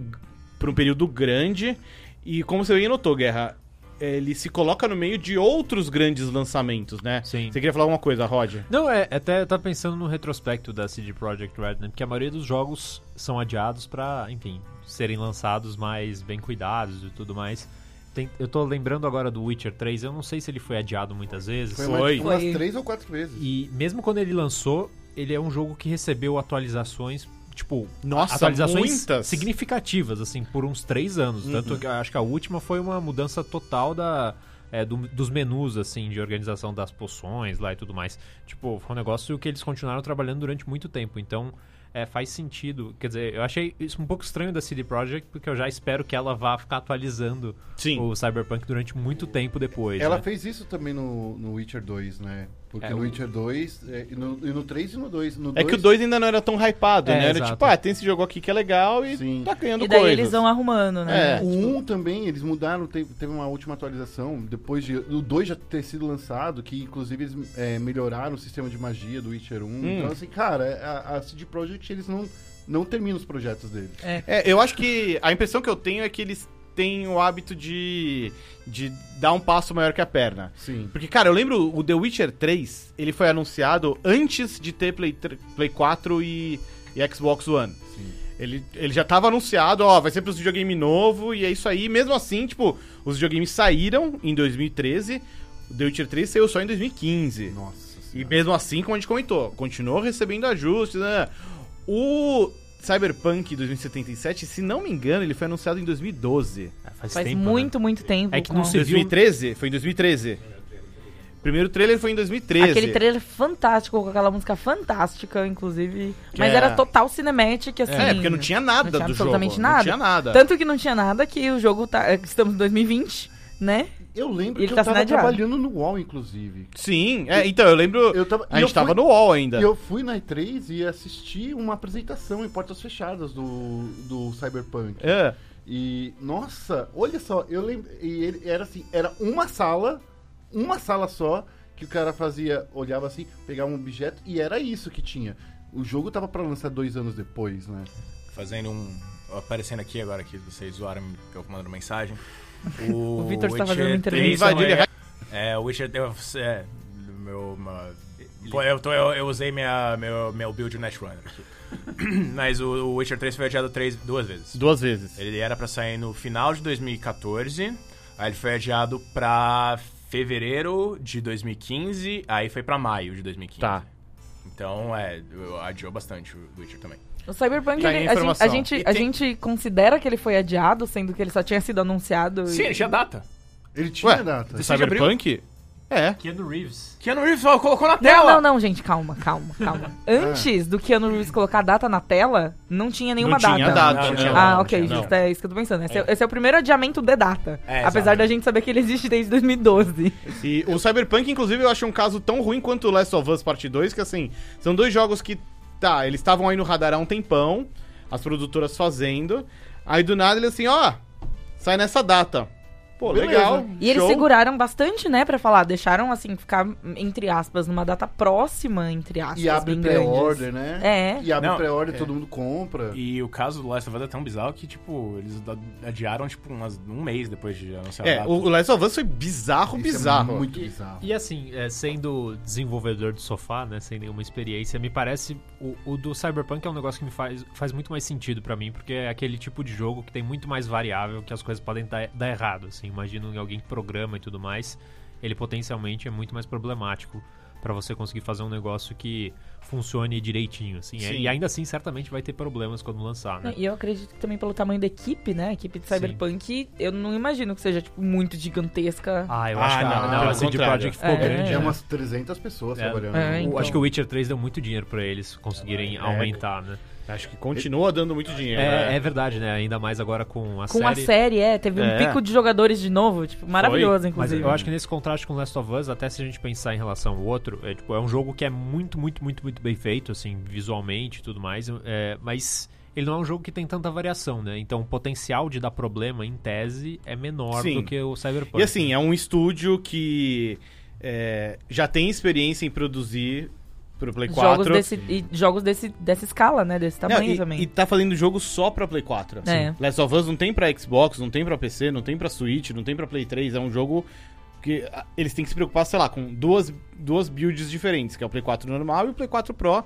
[SPEAKER 1] para um período grande. E como você bem notou, Guerra, ele se coloca no meio de outros grandes lançamentos, né?
[SPEAKER 3] Sim.
[SPEAKER 1] Você queria falar alguma coisa, Rod?
[SPEAKER 3] Não, é, até eu tava pensando no retrospecto da CD Projekt Red, né? Porque a maioria dos jogos são adiados pra, enfim, serem lançados mais bem cuidados e tudo mais. Tem- eu tô lembrando agora do Witcher 3, eu não sei se ele foi adiado muitas vezes.
[SPEAKER 2] Foi, mais-
[SPEAKER 1] Foi.
[SPEAKER 2] umas
[SPEAKER 4] Foi.
[SPEAKER 2] três ou quatro vezes.
[SPEAKER 3] E mesmo quando ele lançou, ele é um jogo que recebeu atualizações, tipo,
[SPEAKER 1] Nossa,
[SPEAKER 3] atualizações
[SPEAKER 1] muitas. Uhum.
[SPEAKER 3] significativas, assim, por uns três anos. Tanto que eu acho que a última foi uma mudança total da. é, do- dos menus, assim, de organização das poções lá e tudo mais. Tipo, foi um negócio que eles continuaram trabalhando durante muito tempo. Então, é, faz sentido. Quer dizer, eu achei isso um pouco estranho da CD Projekt, porque eu já espero que ela vá ficar atualizando
[SPEAKER 1] Sim.
[SPEAKER 3] o Cyberpunk durante muito tempo depois.
[SPEAKER 2] Ela
[SPEAKER 3] né?
[SPEAKER 2] fez isso também no, no Witcher 2, né? Porque
[SPEAKER 3] É,
[SPEAKER 2] no
[SPEAKER 3] o-
[SPEAKER 2] Witcher 2, é, e, no, e no 3 e no 2. No
[SPEAKER 1] É que o 2 ainda não era tão hypado,
[SPEAKER 3] É,
[SPEAKER 1] né? Era
[SPEAKER 3] exato.
[SPEAKER 1] tipo, ah, tem esse jogo aqui que é legal e
[SPEAKER 2] Sim.
[SPEAKER 1] tá ganhando
[SPEAKER 4] E daí
[SPEAKER 1] coisas.
[SPEAKER 4] eles vão arrumando, né?
[SPEAKER 1] É.
[SPEAKER 2] O 1 também, eles mudaram, te- teve, uma última atualização, depois de o 2 já ter sido lançado, que inclusive eles é, melhoraram o sistema de magia do Witcher 1.
[SPEAKER 1] Hum.
[SPEAKER 2] Então, assim, cara, a, a CD Projekt, eles não, não terminam os projetos deles.
[SPEAKER 1] É, eu acho que a impressão que eu tenho é que eles têm o hábito de, de dar um passo maior que a perna.
[SPEAKER 2] Sim.
[SPEAKER 1] Porque, cara, eu lembro o The Witcher 3, ele foi anunciado antes de ter Play, tr- Play 4 e, e Xbox One.
[SPEAKER 2] Sim.
[SPEAKER 1] Ele, ele já tava anunciado, ó, vai ser pros videogame novo e é isso aí. Mesmo assim, tipo, os videogames saíram em 2013, o The Witcher 3 saiu só em 2015.
[SPEAKER 2] Nossa
[SPEAKER 1] E
[SPEAKER 2] Senhora.
[SPEAKER 1] mesmo assim, como a gente comentou, continuou recebendo ajustes, né? O Cyberpunk 2077, se não me engano, ele foi anunciado em 2012.
[SPEAKER 3] É, faz
[SPEAKER 4] Faz
[SPEAKER 3] tempo, né?
[SPEAKER 4] muito, muito tempo.
[SPEAKER 3] É que não
[SPEAKER 4] com-
[SPEAKER 3] se- viu-
[SPEAKER 1] 2013? Foi em 2013. primeiro trailer foi em 2013.
[SPEAKER 4] Aquele trailer fantástico, com aquela música fantástica, inclusive.
[SPEAKER 1] Que
[SPEAKER 4] Mas
[SPEAKER 1] é-
[SPEAKER 4] era total cinematic, assim.
[SPEAKER 1] É, porque não tinha nada
[SPEAKER 4] não tinha
[SPEAKER 1] do
[SPEAKER 4] absolutamente
[SPEAKER 1] jogo. Não
[SPEAKER 4] nada.
[SPEAKER 1] tinha nada.
[SPEAKER 4] Tanto que não tinha nada, que o jogo tá. é, Estamos em 2020, né?
[SPEAKER 2] Eu lembro
[SPEAKER 4] Ele
[SPEAKER 2] que
[SPEAKER 4] tá
[SPEAKER 2] eu tava
[SPEAKER 4] sendo adiado.
[SPEAKER 2] trabalhando no UOL, inclusive.
[SPEAKER 1] Sim, é, então, eu lembro.
[SPEAKER 2] Eu tava,
[SPEAKER 1] a
[SPEAKER 2] e
[SPEAKER 1] gente
[SPEAKER 2] eu
[SPEAKER 1] tava
[SPEAKER 2] fui,
[SPEAKER 1] no UOL ainda.
[SPEAKER 2] E eu fui na E3 e assisti uma apresentação em portas fechadas do, do Cyberpunk.
[SPEAKER 1] É.
[SPEAKER 2] E, nossa, olha só, eu lembro. E ele era assim, era uma sala, uma sala só, que o cara fazia, olhava assim, pegava um objeto e era isso que tinha. O jogo tava pra lançar dois anos depois, né?
[SPEAKER 5] Fazendo um. aparecendo aqui agora que vocês zoaram eu mandando mensagem. O,
[SPEAKER 4] O Vitor está fazendo
[SPEAKER 5] Witcher
[SPEAKER 4] uma
[SPEAKER 1] Ele
[SPEAKER 4] entrevista. né? Isso,
[SPEAKER 5] 3 é uma-
[SPEAKER 1] invadiu, ele
[SPEAKER 5] É, o Witcher Deus, é, meu, uma- Pô, eu, tô- eu- eu usei minha, meu, meu build Netrunner aqui. Mas o, o Witcher 3 foi adiado três, duas vezes.
[SPEAKER 1] duas vezes.
[SPEAKER 5] Ele era pra sair no final de 2014, aí ele foi adiado pra fevereiro de 2015, aí foi pra maio de 2015.
[SPEAKER 1] Tá.
[SPEAKER 5] Então, é, eu- adiou bastante o Witcher também.
[SPEAKER 4] O Cyberpunk,
[SPEAKER 1] Tá aí
[SPEAKER 4] ele-
[SPEAKER 1] a
[SPEAKER 4] a, gente, a,
[SPEAKER 1] informação.
[SPEAKER 4] gente,
[SPEAKER 5] E
[SPEAKER 4] a
[SPEAKER 5] tem-
[SPEAKER 4] gente considera que ele foi adiado, sendo que ele só tinha sido anunciado.
[SPEAKER 5] Sim,
[SPEAKER 4] e...
[SPEAKER 5] ele tinha data.
[SPEAKER 2] Ele tinha
[SPEAKER 1] Ué,
[SPEAKER 2] data.
[SPEAKER 5] Esse de abril?
[SPEAKER 1] Cyberpunk? É.
[SPEAKER 3] Keanu Reeves.
[SPEAKER 5] Keanu Reeves só colocou
[SPEAKER 1] tá
[SPEAKER 4] Não,
[SPEAKER 5] na tela!
[SPEAKER 4] não, não, gente, calma, calma, calma.
[SPEAKER 1] Ah.
[SPEAKER 4] Antes do Keanu Reeves colocar a data na tela, não tinha nenhuma
[SPEAKER 1] não tinha data.
[SPEAKER 5] Não,
[SPEAKER 1] não
[SPEAKER 5] não,
[SPEAKER 1] tinha
[SPEAKER 5] não.
[SPEAKER 1] data.
[SPEAKER 4] Ah, ok,
[SPEAKER 1] tinha,
[SPEAKER 4] justo, é isso que eu tô pensando. Esse é, esse é o primeiro adiamento de data.
[SPEAKER 5] É, exato.
[SPEAKER 4] apesar da gente saber que ele existe desde 2012.
[SPEAKER 1] E o Cyberpunk, inclusive, eu acho um caso tão ruim quanto o Last of Us Part 2, que assim, são dois jogos que, tá, eles estavam aí no radar há um tempão, as produtoras fazendo, aí do nada ele assim, ó, sai nessa data. Pô,
[SPEAKER 2] Beleza.
[SPEAKER 1] legal.
[SPEAKER 4] E eles
[SPEAKER 1] show.
[SPEAKER 4] seguraram bastante, né, pra falar. Deixaram, assim, ficar, entre aspas, numa data próxima, entre aspas.
[SPEAKER 2] E abre
[SPEAKER 4] bem grandes.
[SPEAKER 2] pré-order, né?
[SPEAKER 4] É.
[SPEAKER 2] E abre
[SPEAKER 5] Não,
[SPEAKER 2] pré-order, todo mundo compra.
[SPEAKER 5] E o caso do Last of Us é tão bizarro que, tipo, eles da- adiaram, tipo, umas- um mês depois de anunciar a
[SPEAKER 1] É,
[SPEAKER 5] data.
[SPEAKER 1] o o Last of Us foi bizarro,
[SPEAKER 2] Tá Isso é
[SPEAKER 1] bizarro.
[SPEAKER 2] muito bizarro.
[SPEAKER 3] E assim, é, sendo desenvolvedor de sofá, né, sem nenhuma experiência, me parece o, o do Cyberpunk é um negócio que me faz, faz muito mais sentido pra mim, porque é aquele tipo de jogo que tem muito mais variável, que as coisas podem dar, dar errado, assim, imagino alguém que programa e tudo mais, ele potencialmente é muito mais problemático pra você conseguir fazer um negócio que funcione direitinho, assim, é,
[SPEAKER 1] Sim.
[SPEAKER 3] e ainda assim certamente vai ter problemas quando lançar, né?
[SPEAKER 4] E eu acredito que também pelo tamanho da equipe, né? A equipe de
[SPEAKER 3] Sim.
[SPEAKER 4] Cyberpunk, eu não imagino que seja, tipo, muito gigantesca.
[SPEAKER 3] Ah, eu
[SPEAKER 1] Ah,
[SPEAKER 3] acho que
[SPEAKER 1] não,
[SPEAKER 3] a- não,
[SPEAKER 1] pelo
[SPEAKER 3] a CD
[SPEAKER 1] contrário.
[SPEAKER 3] Projekt ficou
[SPEAKER 4] É,
[SPEAKER 3] grande,
[SPEAKER 2] É
[SPEAKER 3] né?
[SPEAKER 2] umas 300 pessoas
[SPEAKER 3] É.
[SPEAKER 2] trabalhando.
[SPEAKER 4] É,
[SPEAKER 3] Eu
[SPEAKER 4] então.
[SPEAKER 3] Acho que o Witcher 3 deu muito dinheiro pra eles conseguirem aumentar, né?
[SPEAKER 1] Acho que continua dando muito dinheiro.
[SPEAKER 3] É,
[SPEAKER 1] né?
[SPEAKER 3] é verdade, né? Ainda mais agora com a
[SPEAKER 4] Com
[SPEAKER 3] série.
[SPEAKER 4] a série, é, teve um
[SPEAKER 1] É.
[SPEAKER 4] pico de jogadores de novo, tipo, maravilhoso,
[SPEAKER 3] Mas
[SPEAKER 4] inclusive.
[SPEAKER 3] eu acho que nesse contraste com Last of Us, até se a gente pensar em relação ao outro, é, tipo, é um jogo que é muito, muito, muito, muito bem feito, assim, visualmente e tudo mais, é, mas ele não é um jogo que tem tanta variação, né? Então o potencial de dar problema, em tese, é menor
[SPEAKER 1] Sim.
[SPEAKER 3] do que o Cyberpunk.
[SPEAKER 1] E assim, é um estúdio que é, já tem experiência em produzir pro Play 4.
[SPEAKER 4] Jogos, desse, e jogos desse, dessa escala, né? Desse
[SPEAKER 1] Não,
[SPEAKER 4] tamanho
[SPEAKER 1] e,
[SPEAKER 4] também.
[SPEAKER 1] e tá fazendo jogo só pra Play 4.
[SPEAKER 4] É.
[SPEAKER 1] Sim. Last of Us não tem pra Xbox, não tem pra PC, não tem pra Switch, não tem pra Play 3. É um jogo que ah, eles têm que se preocupar, sei lá, com duas, duas builds diferentes, que é o Play 4 normal e o Play 4 Pro.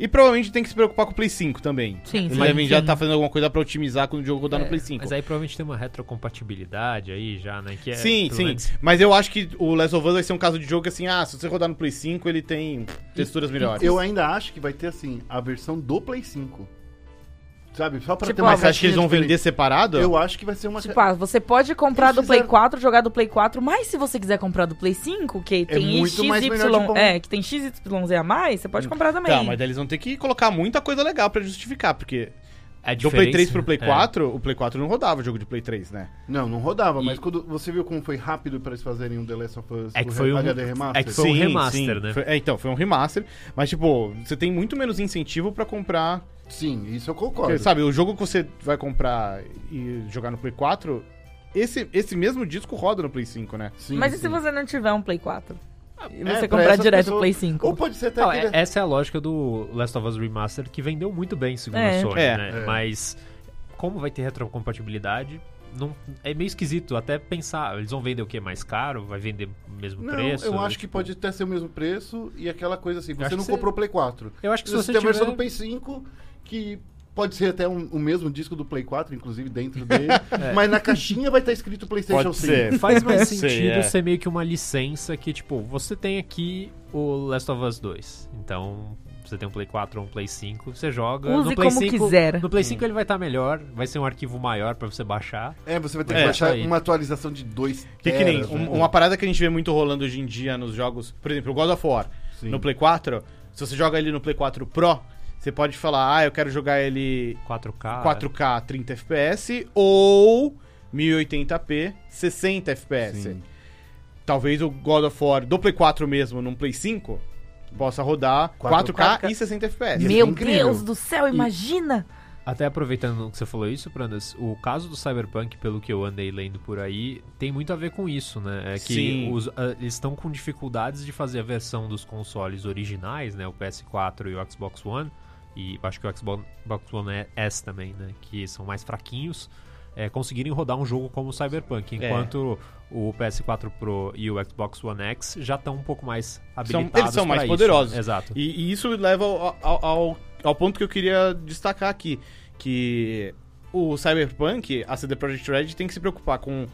[SPEAKER 1] E provavelmente tem que se preocupar com o Play 5 também.
[SPEAKER 4] Sim,
[SPEAKER 1] Eles
[SPEAKER 4] sim,
[SPEAKER 1] devem já
[SPEAKER 4] sim. É,
[SPEAKER 1] tá fazendo alguma coisa pra otimizar quando o jogo rodar no Play 5.
[SPEAKER 3] Mas aí provavelmente tem uma retrocompatibilidade aí já, né? Que é,
[SPEAKER 1] Sim,
[SPEAKER 3] pelo
[SPEAKER 1] sim.
[SPEAKER 3] menos-
[SPEAKER 1] Mas eu acho que o Last of Us vai ser um caso de jogo que, assim, ah, se você rodar no Play 5, ele tem texturas melhores.
[SPEAKER 2] Eu ainda acho que vai ter, assim, a versão do Play 5. Sabe? Só pra
[SPEAKER 4] Tipo,
[SPEAKER 2] ter uma
[SPEAKER 3] ah,
[SPEAKER 1] Mas você acha que eles vão
[SPEAKER 2] caixinha
[SPEAKER 1] vender
[SPEAKER 2] diferente.
[SPEAKER 1] separado?
[SPEAKER 2] Eu acho que vai ser uma...
[SPEAKER 4] Tipo, ah, você pode comprar
[SPEAKER 2] Eles
[SPEAKER 4] do Play
[SPEAKER 2] fizeram-
[SPEAKER 4] 4, jogar do Play 4, mas se você quiser comprar do Play 5, que tem
[SPEAKER 2] É muito mais
[SPEAKER 4] XY,
[SPEAKER 2] melhor de Hum. bom.
[SPEAKER 4] é, que tem XYZ a mais, você pode comprar também.
[SPEAKER 1] Tá,
[SPEAKER 2] é
[SPEAKER 1] mas daí eles vão ter que colocar muita coisa legal pra justificar, porque
[SPEAKER 3] A
[SPEAKER 1] do Play
[SPEAKER 3] diferença-
[SPEAKER 1] 3 pro Play
[SPEAKER 3] é.
[SPEAKER 1] 4, o Play 4 não rodava o jogo de Play 3, né?
[SPEAKER 2] Não, não rodava,
[SPEAKER 3] E-
[SPEAKER 2] mas quando você viu como foi rápido pra eles fazerem um The Last of Us
[SPEAKER 3] É que
[SPEAKER 2] o
[SPEAKER 3] foi um-
[SPEAKER 2] HD Remaster?
[SPEAKER 3] é que foi um remaster, né?
[SPEAKER 1] Foi- é, então, foi um remaster, mas tipo, você tem muito menos incentivo pra comprar,
[SPEAKER 2] Sim, isso eu
[SPEAKER 1] porque,
[SPEAKER 2] concordo.
[SPEAKER 1] sabe, o jogo que você vai comprar e jogar no Play 4, esse, esse mesmo disco roda no Play 5, né?
[SPEAKER 2] Sim,
[SPEAKER 4] Mas e se
[SPEAKER 2] sim.
[SPEAKER 4] você não tiver um Play 4? E
[SPEAKER 2] assim, É,
[SPEAKER 4] você
[SPEAKER 2] pra
[SPEAKER 4] comprar
[SPEAKER 2] essas
[SPEAKER 4] direto o
[SPEAKER 2] pessoas-
[SPEAKER 4] Play 5?
[SPEAKER 2] Ou pode ser até
[SPEAKER 3] Não, é-
[SPEAKER 2] aquele...
[SPEAKER 3] essa é a lógica do Last of Us Remastered, que vendeu muito bem, segundo
[SPEAKER 4] É.
[SPEAKER 3] a Sony,
[SPEAKER 1] É,
[SPEAKER 3] né?
[SPEAKER 2] é.
[SPEAKER 3] Mas como vai ter retrocompatibilidade, não, é meio esquisito até pensar, eles vão vender o que mais caro? Vai vender o mesmo
[SPEAKER 2] Não,
[SPEAKER 3] preço?
[SPEAKER 2] eu acho que
[SPEAKER 3] Tipo,
[SPEAKER 2] pode até ser o mesmo preço e aquela coisa assim,
[SPEAKER 3] acho
[SPEAKER 2] você
[SPEAKER 3] que
[SPEAKER 2] não
[SPEAKER 3] você-
[SPEAKER 2] comprou o Play 4.
[SPEAKER 3] Eu acho que se
[SPEAKER 2] Você
[SPEAKER 3] você
[SPEAKER 2] tem a
[SPEAKER 3] tiver...
[SPEAKER 2] versão do Play 5 que pode ser até um- o mesmo disco do Play 4, inclusive, dentro dele.
[SPEAKER 3] É.
[SPEAKER 2] Mas na caixinha vai estar escrito PlayStation 5.
[SPEAKER 3] Faz mais
[SPEAKER 1] Sei,
[SPEAKER 3] sentido
[SPEAKER 1] é.
[SPEAKER 3] ser meio que uma licença que, tipo, você tem aqui o Last of Us 2. Então, você tem um Play 4 ou um Play 5, você joga.
[SPEAKER 4] Use
[SPEAKER 3] no Play
[SPEAKER 4] como
[SPEAKER 3] 5,
[SPEAKER 4] quiser.
[SPEAKER 3] No Play 5 ele vai estar melhor, vai ser um arquivo maior pra você baixar.
[SPEAKER 2] É, você vai ter
[SPEAKER 3] É,
[SPEAKER 2] que baixar
[SPEAKER 3] isso aí.
[SPEAKER 2] uma atualização de dois
[SPEAKER 1] Que, que nem
[SPEAKER 2] teras, né?
[SPEAKER 1] um- uma parada que a gente vê muito rolando hoje em dia nos jogos, por exemplo, o God of War
[SPEAKER 2] Sim.
[SPEAKER 1] no Play 4, se você joga ele no Play 4 Pro, você pode falar, ah, eu quero jogar ele
[SPEAKER 3] 4K.
[SPEAKER 1] 4K 30 FPS ou 1080p 60 FPS.
[SPEAKER 2] Sim.
[SPEAKER 1] Talvez o God of War do Play 4 mesmo, num Play 5, possa rodar 4K,
[SPEAKER 2] 4K
[SPEAKER 1] e 60 FPS.
[SPEAKER 2] Me-
[SPEAKER 4] Meu
[SPEAKER 2] é incrível.
[SPEAKER 4] Deus do céu, imagina!
[SPEAKER 3] Até aproveitando que você falou isso, Prandas, o caso do Cyberpunk, pelo que eu andei lendo por aí, tem muito a ver com isso, né? É que
[SPEAKER 1] Sim.
[SPEAKER 3] os- ah, eles estão com dificuldades de fazer a versão dos consoles originais, né? O PS4 e o Xbox One, e acho que o Xbox Xbox One S também, né? Que são mais fraquinhos, é, conseguirem rodar um jogo como o Cyberpunk,
[SPEAKER 1] É.
[SPEAKER 3] enquanto o PS4 Pro e o Xbox One X já estão um pouco mais habilitados
[SPEAKER 1] eles são
[SPEAKER 3] pra
[SPEAKER 1] mais
[SPEAKER 3] isso. né?
[SPEAKER 1] poderosos.
[SPEAKER 3] Exato.
[SPEAKER 1] E, e isso leva ao, ao, ao- ao ponto que eu queria destacar aqui, que o Cyberpunk, a CD Projekt Red, tem que se preocupar com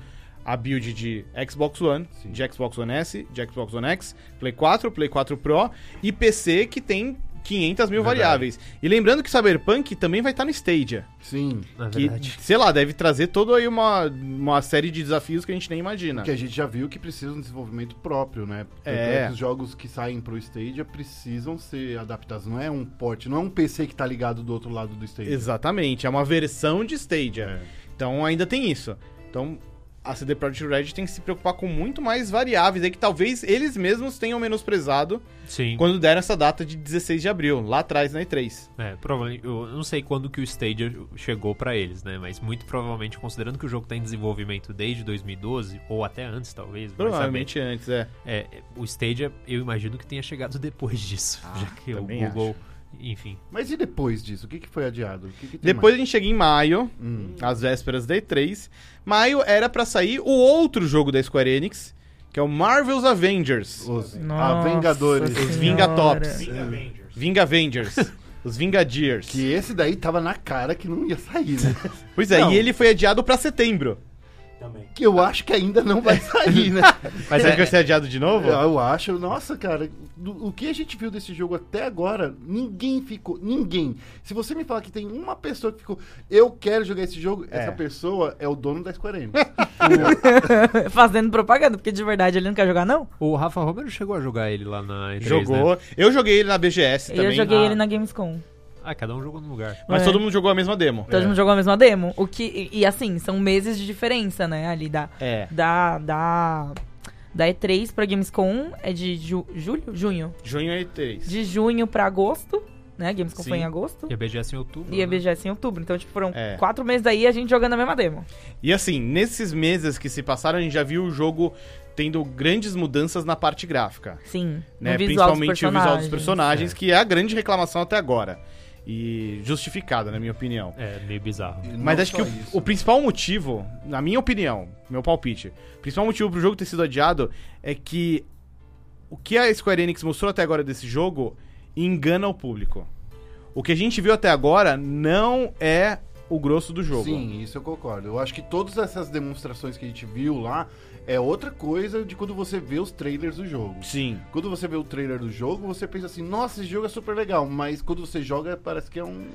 [SPEAKER 1] a build de Xbox One,
[SPEAKER 2] Sim.
[SPEAKER 1] de Xbox One S, de Xbox One X, Play 4, Play 4 Pro e PC que tem 500 mil
[SPEAKER 3] Verdade.
[SPEAKER 1] variáveis. E lembrando que Cyberpunk também vai estar no Stadia,
[SPEAKER 2] Sim.
[SPEAKER 3] Na
[SPEAKER 1] que,
[SPEAKER 3] É verdade.
[SPEAKER 1] sei lá, deve trazer toda aí uma, uma série de desafios que a gente nem imagina.
[SPEAKER 2] Que a gente já viu que precisa de um desenvolvimento próprio, né? Tanto
[SPEAKER 1] É.
[SPEAKER 2] que os jogos que saem pro Stadia precisam ser adaptados. Não é um port, não é um PC que tá ligado do outro lado do Stadia. É.
[SPEAKER 1] Exatamente, é uma versão de Stadia. Então ainda tem isso. Então a CD Projekt Red tem que se preocupar com muito mais variáveis aí que talvez eles mesmos tenham menosprezado
[SPEAKER 3] Sim.
[SPEAKER 1] quando deram essa data de 16 de abril, lá atrás na E3.
[SPEAKER 3] É, provavelmente, eu não sei quando que o Stadia chegou pra eles, né? Mas muito provavelmente, considerando que o jogo tá em desenvolvimento desde 2012, ou até antes, talvez, vai
[SPEAKER 1] Provavelmente antes, é.
[SPEAKER 3] saber. É, o Stadia, eu imagino que tenha chegado depois disso, já que o
[SPEAKER 1] Ah, também
[SPEAKER 3] Google, enfim,
[SPEAKER 2] Mas e depois disso? O que, que foi adiado? O que que tem
[SPEAKER 1] Depois a gente chega em maio,
[SPEAKER 2] mais? Hum.
[SPEAKER 1] às vésperas da E3. Maio era pra sair o outro jogo da Square Enix, que é o Marvel's Avengers.
[SPEAKER 2] Os Ah,
[SPEAKER 4] Nossa
[SPEAKER 2] Avengadores.
[SPEAKER 4] Senhora.
[SPEAKER 1] Os Vingatops.
[SPEAKER 5] Sim, Avengers.
[SPEAKER 1] Vinga Avengers. Os Vingadeers.
[SPEAKER 2] Que esse daí tava na cara que não ia sair, né?
[SPEAKER 1] Pois é,
[SPEAKER 2] Não.
[SPEAKER 1] e ele foi adiado pra setembro.
[SPEAKER 5] Também.
[SPEAKER 2] que eu acho que ainda não vai sair, né?
[SPEAKER 1] Mas será que vai ser adiado de novo?
[SPEAKER 2] Eu acho, nossa, cara, do- o que a gente viu desse jogo até agora, ninguém ficou, ninguém. Se você me falar que tem uma pessoa que ficou, eu quero jogar esse jogo, essa pessoa é o dono da Square Enix.
[SPEAKER 4] Fazendo propaganda, porque de verdade ele não quer jogar, não?
[SPEAKER 3] O Rafa Romero chegou a jogar ele lá na E3, né?
[SPEAKER 1] Jogou. Eu joguei ele na BGS
[SPEAKER 4] eu
[SPEAKER 1] também.
[SPEAKER 4] joguei
[SPEAKER 3] Ah.
[SPEAKER 4] ele na Gamescom.
[SPEAKER 3] Ah, cada um jogou num lugar.
[SPEAKER 1] Mas
[SPEAKER 4] É.
[SPEAKER 1] todo mundo jogou a mesma demo.
[SPEAKER 2] É.
[SPEAKER 4] Todo mundo jogou a mesma demo. O que, e, e assim, são meses de diferença, né? Ali da,
[SPEAKER 1] É.
[SPEAKER 4] da, da, da E3 pra Gamescom é de ju- julho? Junho.
[SPEAKER 1] Junho é 3.
[SPEAKER 4] De junho pra agosto, né? Gamescom foi
[SPEAKER 1] Sim.
[SPEAKER 4] em agosto.
[SPEAKER 3] E a BGS em outubro.
[SPEAKER 4] E a
[SPEAKER 3] né?
[SPEAKER 4] BGS em outubro. Então, tipo, foram
[SPEAKER 1] É.
[SPEAKER 4] quatro meses aí a gente jogando a mesma demo.
[SPEAKER 1] E assim, nesses meses que se passaram, a gente já viu o jogo tendo grandes mudanças na parte gráfica.
[SPEAKER 4] Sim.
[SPEAKER 1] Né?
[SPEAKER 4] no visual dos
[SPEAKER 1] Principalmente o visual dos
[SPEAKER 4] personagens.
[SPEAKER 1] personagens, que é a grande reclamação até agora. E justificada, na minha opinião.
[SPEAKER 3] É, meio bizarro.
[SPEAKER 1] Mas acho que o, o principal motivo, na minha opinião, meu palpite, o principal motivo pro jogo ter sido adiado é que o que a Square Enix mostrou até agora desse jogo engana o público. O que a gente viu até agora não é o grosso do jogo.
[SPEAKER 2] Sim, isso eu concordo. Eu acho que todas essas demonstrações que a gente viu lá é outra coisa de quando você vê os trailers do jogo.
[SPEAKER 1] Sim.
[SPEAKER 2] Quando você vê o trailer do jogo, você pensa assim, nossa, esse jogo é super legal, mas quando você joga, parece que é um.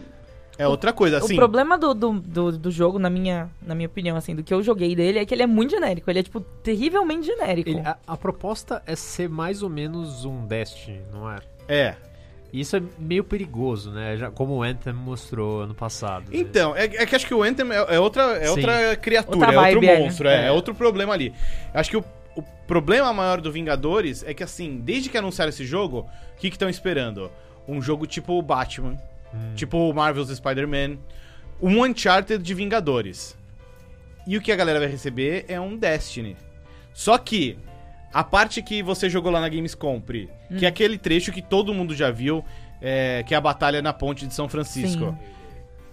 [SPEAKER 1] É outra coisa, assim.
[SPEAKER 4] O problema do, do, do, do jogo, na minha, na minha opinião, assim, do que eu joguei dele, é que ele é muito genérico. Ele é, tipo, terrivelmente genérico.
[SPEAKER 3] Ele- a, a proposta é ser mais ou menos um Destiny, não é?
[SPEAKER 1] É.
[SPEAKER 3] E isso é meio perigoso, né? Já, como o Anthem mostrou ano passado. né?
[SPEAKER 1] Então, é, é que acho que o Anthem é, é outra, é
[SPEAKER 3] Sim.
[SPEAKER 1] outra criatura,
[SPEAKER 4] Outra
[SPEAKER 1] é outro
[SPEAKER 4] vibe, é, né?
[SPEAKER 1] monstro, é,
[SPEAKER 3] É.
[SPEAKER 1] é outro problema ali. Acho que o, o problema maior do Vingadores é que, assim, desde que anunciaram esse jogo, o que estão esperando? Um jogo tipo Batman,
[SPEAKER 4] Hum.
[SPEAKER 1] tipo o Marvel's Spider-Man, um Uncharted de Vingadores. E o que a galera vai receber é um Destiny. Só que a parte que você jogou lá na Games Compre,
[SPEAKER 4] Hum.
[SPEAKER 1] que é aquele trecho que todo mundo já viu, é, que é a batalha na ponte de São Francisco.
[SPEAKER 4] Sim.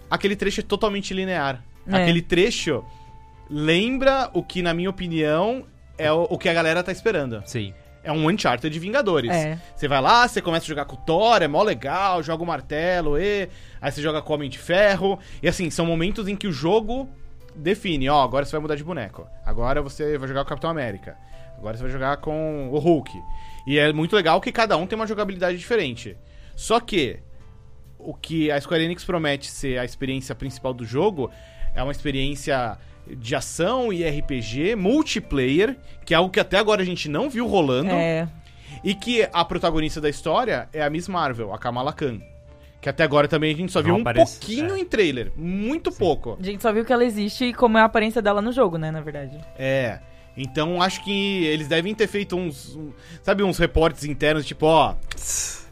[SPEAKER 1] Aquele trecho é totalmente linear.
[SPEAKER 4] É.
[SPEAKER 1] Aquele trecho lembra o que, na minha opinião, é o, o que a galera tá esperando.
[SPEAKER 3] Sim.
[SPEAKER 1] É um Uncharted de Vingadores.
[SPEAKER 4] É.
[SPEAKER 1] Você vai lá, você começa a jogar com o Thor, é mó legal, joga o martelo, e... aí você joga com o Homem de Ferro. E assim, são momentos em que o jogo define, ó, agora você vai mudar de boneco. Agora você vai jogar com o Capitão América. Agora você vai jogar com o Hulk. E é muito legal que cada um tem uma jogabilidade diferente. Só que o que a Square Enix promete ser a experiência principal do jogo é uma experiência de ação e RPG multiplayer, que é algo que até agora a gente não viu rolando.
[SPEAKER 4] É.
[SPEAKER 1] E que a protagonista da história é a Miss Marvel, a Kamala Khan. Que até agora também a gente só
[SPEAKER 3] Não
[SPEAKER 1] viu um
[SPEAKER 3] aparece,
[SPEAKER 1] pouquinho
[SPEAKER 3] é.
[SPEAKER 1] em trailer. Muito pouco.
[SPEAKER 4] A gente só viu que ela existe e como é a aparência dela no jogo, né, na verdade.
[SPEAKER 1] É. Então acho que eles devem ter feito uns. um- sabe, uns reportes internos, tipo, ó.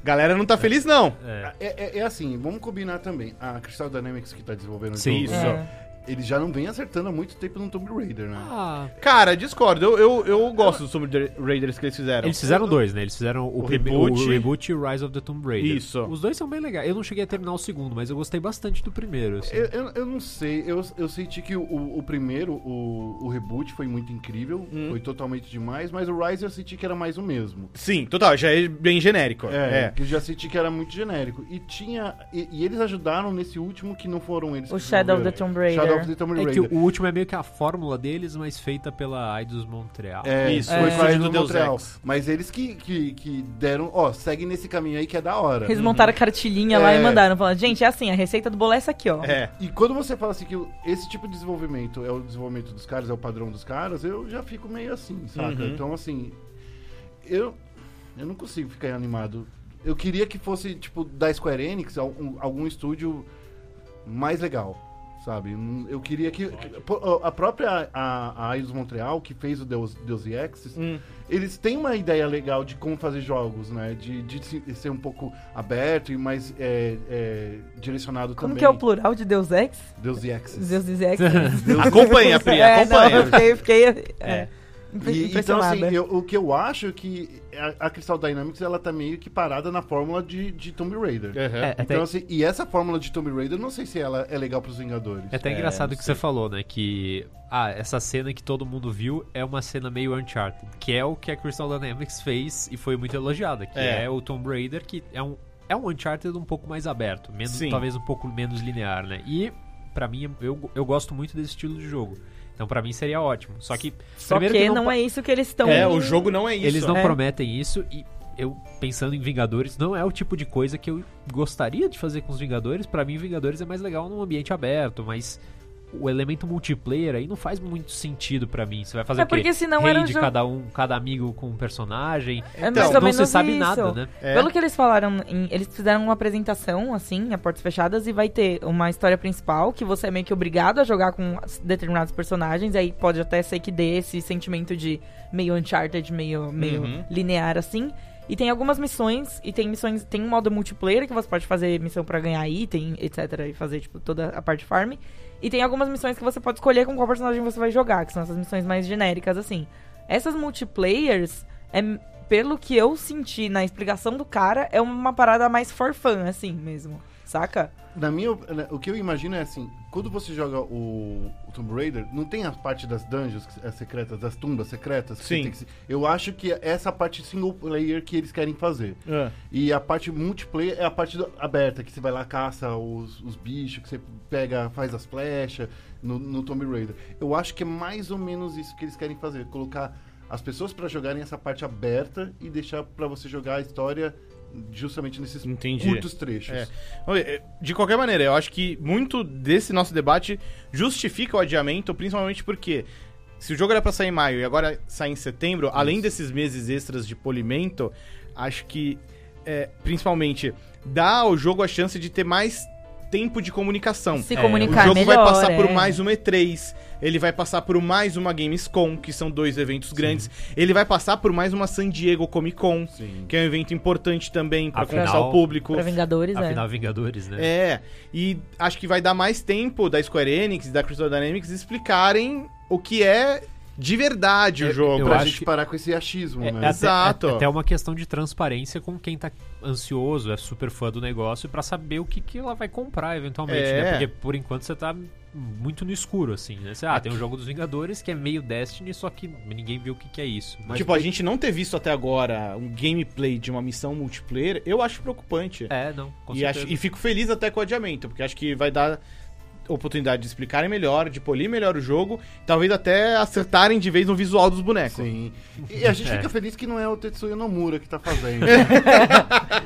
[SPEAKER 1] Galera não tá feliz, não.
[SPEAKER 3] É.
[SPEAKER 2] É, é- é assim, vamos combinar também. A Crystal Dynamics que tá desenvolvendo o
[SPEAKER 3] Sim,
[SPEAKER 2] jogo,
[SPEAKER 1] isso.
[SPEAKER 4] É.
[SPEAKER 2] eles já não vem acertando há muito tempo no Tomb Raider, né?
[SPEAKER 4] Ah,
[SPEAKER 3] É.
[SPEAKER 1] Cara, discordo. Eu, eu, eu gosto dos Tomb Raiders que eles fizeram.
[SPEAKER 3] Eles fizeram dois, né? Eles fizeram
[SPEAKER 1] um
[SPEAKER 3] o,
[SPEAKER 1] O
[SPEAKER 3] prime-
[SPEAKER 1] reboot.
[SPEAKER 3] o reboot e o Rise of the Tomb Raider.
[SPEAKER 1] Isso.
[SPEAKER 3] Os dois são bem legais. Eu não cheguei a terminar o segundo, mas eu gostei bastante do primeiro. assim.
[SPEAKER 2] Eu, eu, eu não sei, eu, eu senti que o, o primeiro, o, o reboot, foi muito incrível, foi totalmente demais, mas o Rise eu senti que era mais o mesmo.
[SPEAKER 1] Sim, total, já é bem genérico.
[SPEAKER 2] É,
[SPEAKER 1] É.
[SPEAKER 2] que eu já senti que era muito genérico. E tinha. E, e eles ajudaram nesse último que não foram eles.
[SPEAKER 4] O
[SPEAKER 2] que
[SPEAKER 4] Shadow of the
[SPEAKER 2] desenvolveram.
[SPEAKER 4] Tomb Raider.
[SPEAKER 2] Shadow of the Tomb
[SPEAKER 3] É
[SPEAKER 2] Raider.
[SPEAKER 3] que o último é meio que a fórmula deles, mas feita pela Eidos Montreal.
[SPEAKER 2] É,
[SPEAKER 1] Isso,
[SPEAKER 2] foi
[SPEAKER 1] é.
[SPEAKER 2] com a
[SPEAKER 1] Estúdio
[SPEAKER 2] do
[SPEAKER 1] do Deus
[SPEAKER 2] Montreal.
[SPEAKER 1] Ex.
[SPEAKER 2] Mas eles que, que, que deram, ó, segue nesse caminho aí que é da hora.
[SPEAKER 4] Eles montaram a cartilhinha lá
[SPEAKER 2] É.
[SPEAKER 4] e mandaram, falando, gente, é assim, a receita do bolo é essa aqui, ó.
[SPEAKER 1] É.
[SPEAKER 2] E quando você fala assim que o- esse tipo de desenvolvimento é o desenvolvimento dos caras, é o padrão dos caras, eu já fico meio assim, saca?
[SPEAKER 1] Uhum.
[SPEAKER 2] Então, assim, eu, eu não consigo ficar animado. Eu queria que fosse, tipo, da Square Enix, algum, algum estúdio mais legal, sabe? Hum, Eu queria que... pô, A própria a, a Eidos Montreal, que fez o Deus, Deus e Exes,
[SPEAKER 1] Hum.
[SPEAKER 2] eles têm uma ideia legal de como fazer jogos, né? De, de se- ser um pouco aberto e mais é, é, direcionado
[SPEAKER 4] Como
[SPEAKER 2] também.
[SPEAKER 4] que é o plural de Deus Ex?
[SPEAKER 2] Deus e Exes.
[SPEAKER 4] Deus diz Ex.
[SPEAKER 1] Acompanha, Pri,
[SPEAKER 4] É, não,
[SPEAKER 1] acompanha.
[SPEAKER 4] eu fiquei, eu fiquei é,
[SPEAKER 1] É.
[SPEAKER 4] imp-
[SPEAKER 2] E, então,
[SPEAKER 4] impressionada.
[SPEAKER 2] assim, eu- o que eu acho é que a, a Crystal Dynamics ela tá meio que parada na fórmula de, de Tomb Raider.
[SPEAKER 1] Uhum.
[SPEAKER 3] É, até,
[SPEAKER 2] Então, assim, e essa fórmula de Tomb Raider, eu não sei se ela é legal pros Vingadores.
[SPEAKER 3] é até
[SPEAKER 1] É,
[SPEAKER 3] engraçado
[SPEAKER 1] não
[SPEAKER 3] o que você falou, né? Que ah, essa cena que todo mundo viu é uma cena meio Uncharted, que é o que a Crystal Dynamics fez e foi muito elogiada, que
[SPEAKER 1] É.
[SPEAKER 3] é, o Tomb Raider, que é um, é um Uncharted um pouco mais aberto, menos,
[SPEAKER 1] Sim.
[SPEAKER 3] talvez um pouco menos linear, né? E, pra mim, eu, eu gosto muito desse estilo de jogo. Então, pra mim, seria ótimo. Só que,
[SPEAKER 4] Só que,
[SPEAKER 3] primeiro que não
[SPEAKER 4] não
[SPEAKER 3] pa-
[SPEAKER 4] é isso que eles estão...
[SPEAKER 1] É, o jogo não é isso.
[SPEAKER 3] Eles não
[SPEAKER 4] É.
[SPEAKER 3] prometem isso e eu pensando em Vingadores não é o tipo de coisa que eu gostaria de fazer com os Vingadores. Pra mim, Vingadores é mais legal num ambiente aberto, mas o elemento multiplayer aí não faz muito sentido pra mim. Você vai fazer
[SPEAKER 4] É
[SPEAKER 3] o quê?
[SPEAKER 4] porque senão
[SPEAKER 3] Raid
[SPEAKER 4] era um jogo-
[SPEAKER 3] cada um, cada amigo com um personagem.
[SPEAKER 4] É mais
[SPEAKER 1] Então,
[SPEAKER 4] ou
[SPEAKER 3] não
[SPEAKER 4] menos
[SPEAKER 3] se sabe
[SPEAKER 4] isso.
[SPEAKER 3] nada, né?
[SPEAKER 1] É.
[SPEAKER 4] Pelo que eles falaram, em- eles fizeram uma apresentação, assim, a portas fechadas, e vai ter uma história principal que você é meio que obrigado a jogar com as- determinados personagens, e aí pode até ser que dê esse sentimento de meio Uncharted, meio, meio
[SPEAKER 1] Uhum.
[SPEAKER 4] linear, assim. E tem algumas missões, e tem missões, tem um modo multiplayer que você pode fazer missão pra ganhar item, etc, e fazer, tipo, toda a parte farm. E tem algumas missões que você pode escolher com qual personagem você vai jogar, que são essas missões mais genéricas, assim. Essas multiplayers, é, pelo que eu senti na explicação do cara, é uma parada mais for fun, assim mesmo. Saca?
[SPEAKER 2] Na minha, op- na- o que eu imagino é assim, quando você joga o, o Tomb Raider, não tem a parte das dungeons que- as secretas, das tumbas secretas? que você
[SPEAKER 1] Sim.
[SPEAKER 2] tem que se- eu acho que é essa parte single player que eles querem fazer.
[SPEAKER 1] Ah.
[SPEAKER 2] E a parte multiplayer é a parte do- aberta, que você vai lá, caça os, os bichos, que você pega, faz as flechas no, no Tomb Raider. Eu acho que é mais ou menos isso que eles querem fazer, colocar as pessoas pra jogarem essa parte aberta e deixar pra você jogar a história justamente nesses
[SPEAKER 1] Entendi.
[SPEAKER 2] curtos trechos.
[SPEAKER 1] É. Olha, De qualquer maneira, eu acho que muito desse nosso debate justifica o adiamento, principalmente porque se o jogo era pra sair em maio e agora sai em setembro, além desses meses extras de polimento, acho que é, principalmente dá ao jogo a chance de ter mais tempo de comunicação.
[SPEAKER 4] Se
[SPEAKER 3] É,
[SPEAKER 4] comunicar
[SPEAKER 1] o jogo
[SPEAKER 4] melhor.
[SPEAKER 1] vai passar por
[SPEAKER 4] é.
[SPEAKER 1] mais uma E3, ele vai passar por mais uma Gamescom, que são dois eventos grandes, ele vai passar por mais uma San Diego Comic Con,
[SPEAKER 2] Sim.
[SPEAKER 1] que é um evento importante também pra
[SPEAKER 3] Afinal-
[SPEAKER 1] conquistar o público.
[SPEAKER 4] Pra Vingadores, é.
[SPEAKER 3] Afinal, Vingadores, né?
[SPEAKER 1] É, e acho que vai dar mais tempo da Square Enix e da Crystal Dynamics explicarem o que é de verdade o
[SPEAKER 3] Eu-
[SPEAKER 1] jogo.
[SPEAKER 3] eu
[SPEAKER 2] pra
[SPEAKER 3] acho
[SPEAKER 2] gente
[SPEAKER 3] que-
[SPEAKER 2] parar com esse achismo,
[SPEAKER 3] É,
[SPEAKER 2] né?
[SPEAKER 3] é até,
[SPEAKER 1] Exato.
[SPEAKER 3] é até uma questão de transparência com quem tá ansioso, é super fã do negócio, pra saber o que, que ela vai comprar eventualmente,
[SPEAKER 1] É.
[SPEAKER 3] né? Porque por enquanto você tá muito no escuro, assim, né? Você, ah, tem o jogo dos Vingadores que é meio Destiny, só que ninguém viu o que, que é isso. Mas,
[SPEAKER 1] tipo, a gente não ter visto até agora um gameplay de uma missão multiplayer, eu acho preocupante.
[SPEAKER 3] é, não, com
[SPEAKER 1] e,
[SPEAKER 3] certeza.
[SPEAKER 1] acho- e fico feliz até com o adiamento, porque acho que vai dar oportunidade de explicarem melhor, de polir melhor o jogo, talvez até acertarem de vez no visual dos
[SPEAKER 3] é,
[SPEAKER 1] bonecos.
[SPEAKER 2] Sim. E a gente fica feliz que não é o Tetsuya Nomura que tá fazendo.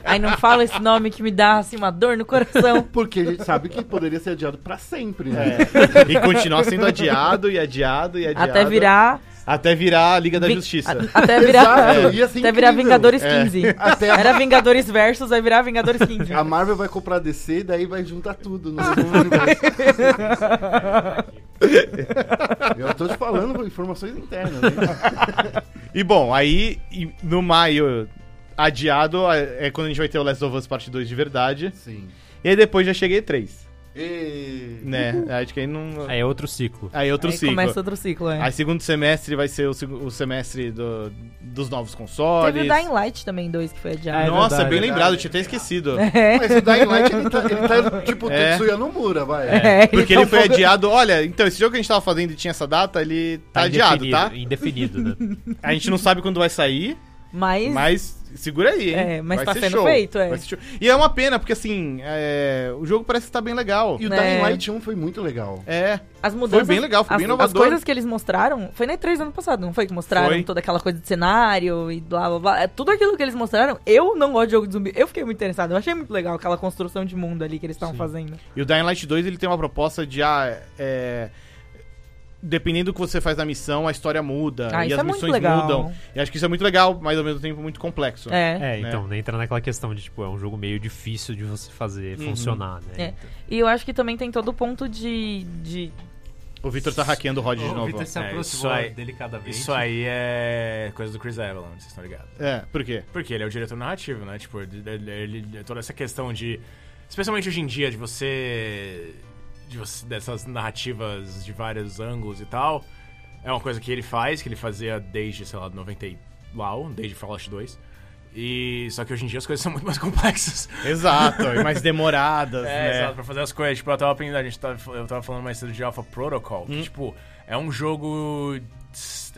[SPEAKER 4] Ai, não fala esse nome que me dá assim uma dor no coração.
[SPEAKER 2] Porque a gente sabe que poderia ser adiado pra sempre, né?
[SPEAKER 1] É. E continuar sendo adiado e adiado e adiado.
[SPEAKER 4] Até virar.
[SPEAKER 1] Até virar a Liga da
[SPEAKER 4] Vin-
[SPEAKER 1] é Justiça. é,
[SPEAKER 4] a- Até virar.
[SPEAKER 2] Exato, ia ser
[SPEAKER 4] Até virar
[SPEAKER 2] incrível.
[SPEAKER 4] Vingadores 15.
[SPEAKER 2] Até a-
[SPEAKER 4] Era Vingadores Versus, vai virar Vingadores 15.
[SPEAKER 2] A Marvel vai comprar a DC e daí vai juntar tudo no mesmo universo. Eu tô te falando informações internas, né?
[SPEAKER 1] E bom, aí e no maio adiado é é quando a gente vai ter o Last of Us Parte 2 de verdade.
[SPEAKER 2] Sim.
[SPEAKER 1] E aí depois já cheguei 3.
[SPEAKER 2] E...
[SPEAKER 1] Né? Acho que aí não.
[SPEAKER 3] É outro ciclo.
[SPEAKER 1] Aí outro
[SPEAKER 4] Aí
[SPEAKER 1] ciclo.
[SPEAKER 4] começa outro ciclo, é.
[SPEAKER 1] Aí segundo semestre vai ser o, seg- o semestre do- dos novos consoles.
[SPEAKER 4] Teve o Dying Light também, dois, que foi adiado.
[SPEAKER 1] Nossa, é
[SPEAKER 3] verdade,
[SPEAKER 1] bem
[SPEAKER 2] verdade.
[SPEAKER 1] lembrado, eu tinha até esquecido.
[SPEAKER 2] Mas o Dying Light, ele tá, ele tá tipo
[SPEAKER 1] É.
[SPEAKER 2] Tetsuya Nomura, vai.
[SPEAKER 4] É,
[SPEAKER 1] Porque
[SPEAKER 4] tá
[SPEAKER 1] ele
[SPEAKER 4] um
[SPEAKER 1] foi
[SPEAKER 4] pouco-
[SPEAKER 1] adiado. Olha, então, esse jogo que a gente tava fazendo e tinha essa data, ele tá adiado, tá?
[SPEAKER 3] Indefinido, né?
[SPEAKER 1] A gente não sabe quando vai sair,
[SPEAKER 4] Mas,
[SPEAKER 1] mas segura aí, hein?
[SPEAKER 4] É, mas
[SPEAKER 1] vai
[SPEAKER 4] tá
[SPEAKER 1] ser
[SPEAKER 4] sendo
[SPEAKER 1] show.
[SPEAKER 4] feito, é.
[SPEAKER 1] Vai ser show. E é uma pena, porque assim, é, o jogo parece que tá bem legal.
[SPEAKER 2] E o
[SPEAKER 4] Né.
[SPEAKER 2] Dying Light 1 foi muito legal.
[SPEAKER 1] É.
[SPEAKER 4] as mudanças.
[SPEAKER 1] bem legal, foi
[SPEAKER 4] as,
[SPEAKER 1] bem
[SPEAKER 4] as
[SPEAKER 1] inovador.
[SPEAKER 4] coisas que eles mostraram. Foi na E3 ano passado, não foi? Que mostraram
[SPEAKER 1] Foi.
[SPEAKER 4] toda aquela coisa de cenário e blá blá blá. É, Tudo aquilo que eles mostraram. Eu não gosto de jogo de zumbi. Eu fiquei muito interessado. Eu achei muito legal aquela construção de mundo ali que eles estavam fazendo.
[SPEAKER 1] E o Dying Light 2, ele tem uma proposta de, ah, é... Dependendo do que você faz na missão, a história muda.
[SPEAKER 4] Ah,
[SPEAKER 1] e
[SPEAKER 4] isso
[SPEAKER 1] as
[SPEAKER 4] é muito
[SPEAKER 1] missões
[SPEAKER 4] legal.
[SPEAKER 1] mudam. E acho que isso é muito legal, mas ao mesmo tempo muito complexo.
[SPEAKER 4] É.
[SPEAKER 3] É, então, né, entra naquela questão de, tipo, é um jogo meio difícil de você fazer funcionar, né?
[SPEAKER 4] É. E eu acho que também tem todo o ponto de. de...
[SPEAKER 1] O Victor tá hackeando o Rod
[SPEAKER 3] Então,
[SPEAKER 1] de novo.
[SPEAKER 5] É, isso aí- Isso aí é coisa do Chris Avalon, vocês estão ligados.
[SPEAKER 1] É, por quê?
[SPEAKER 5] Porque ele é o diretor narrativo, né? Tipo, ele- ele- ele- toda essa questão de. Especialmente hoje em dia, de você. De você dessas narrativas de vários ângulos e tal. É uma coisa que ele faz, que ele fazia desde, sei lá, 90 e Lau, desde Fallout 2. E só que hoje em dia as coisas são muito mais complexas.
[SPEAKER 1] Exato, e mais demoradas,
[SPEAKER 5] É,
[SPEAKER 1] né?
[SPEAKER 5] exato, pra fazer as coisas. Tipo, eu tava aprendendo, a gente tava, eu tava falando mais cedo de Alpha
[SPEAKER 2] Hum.
[SPEAKER 5] Protocol, que, tipo, é um jogo,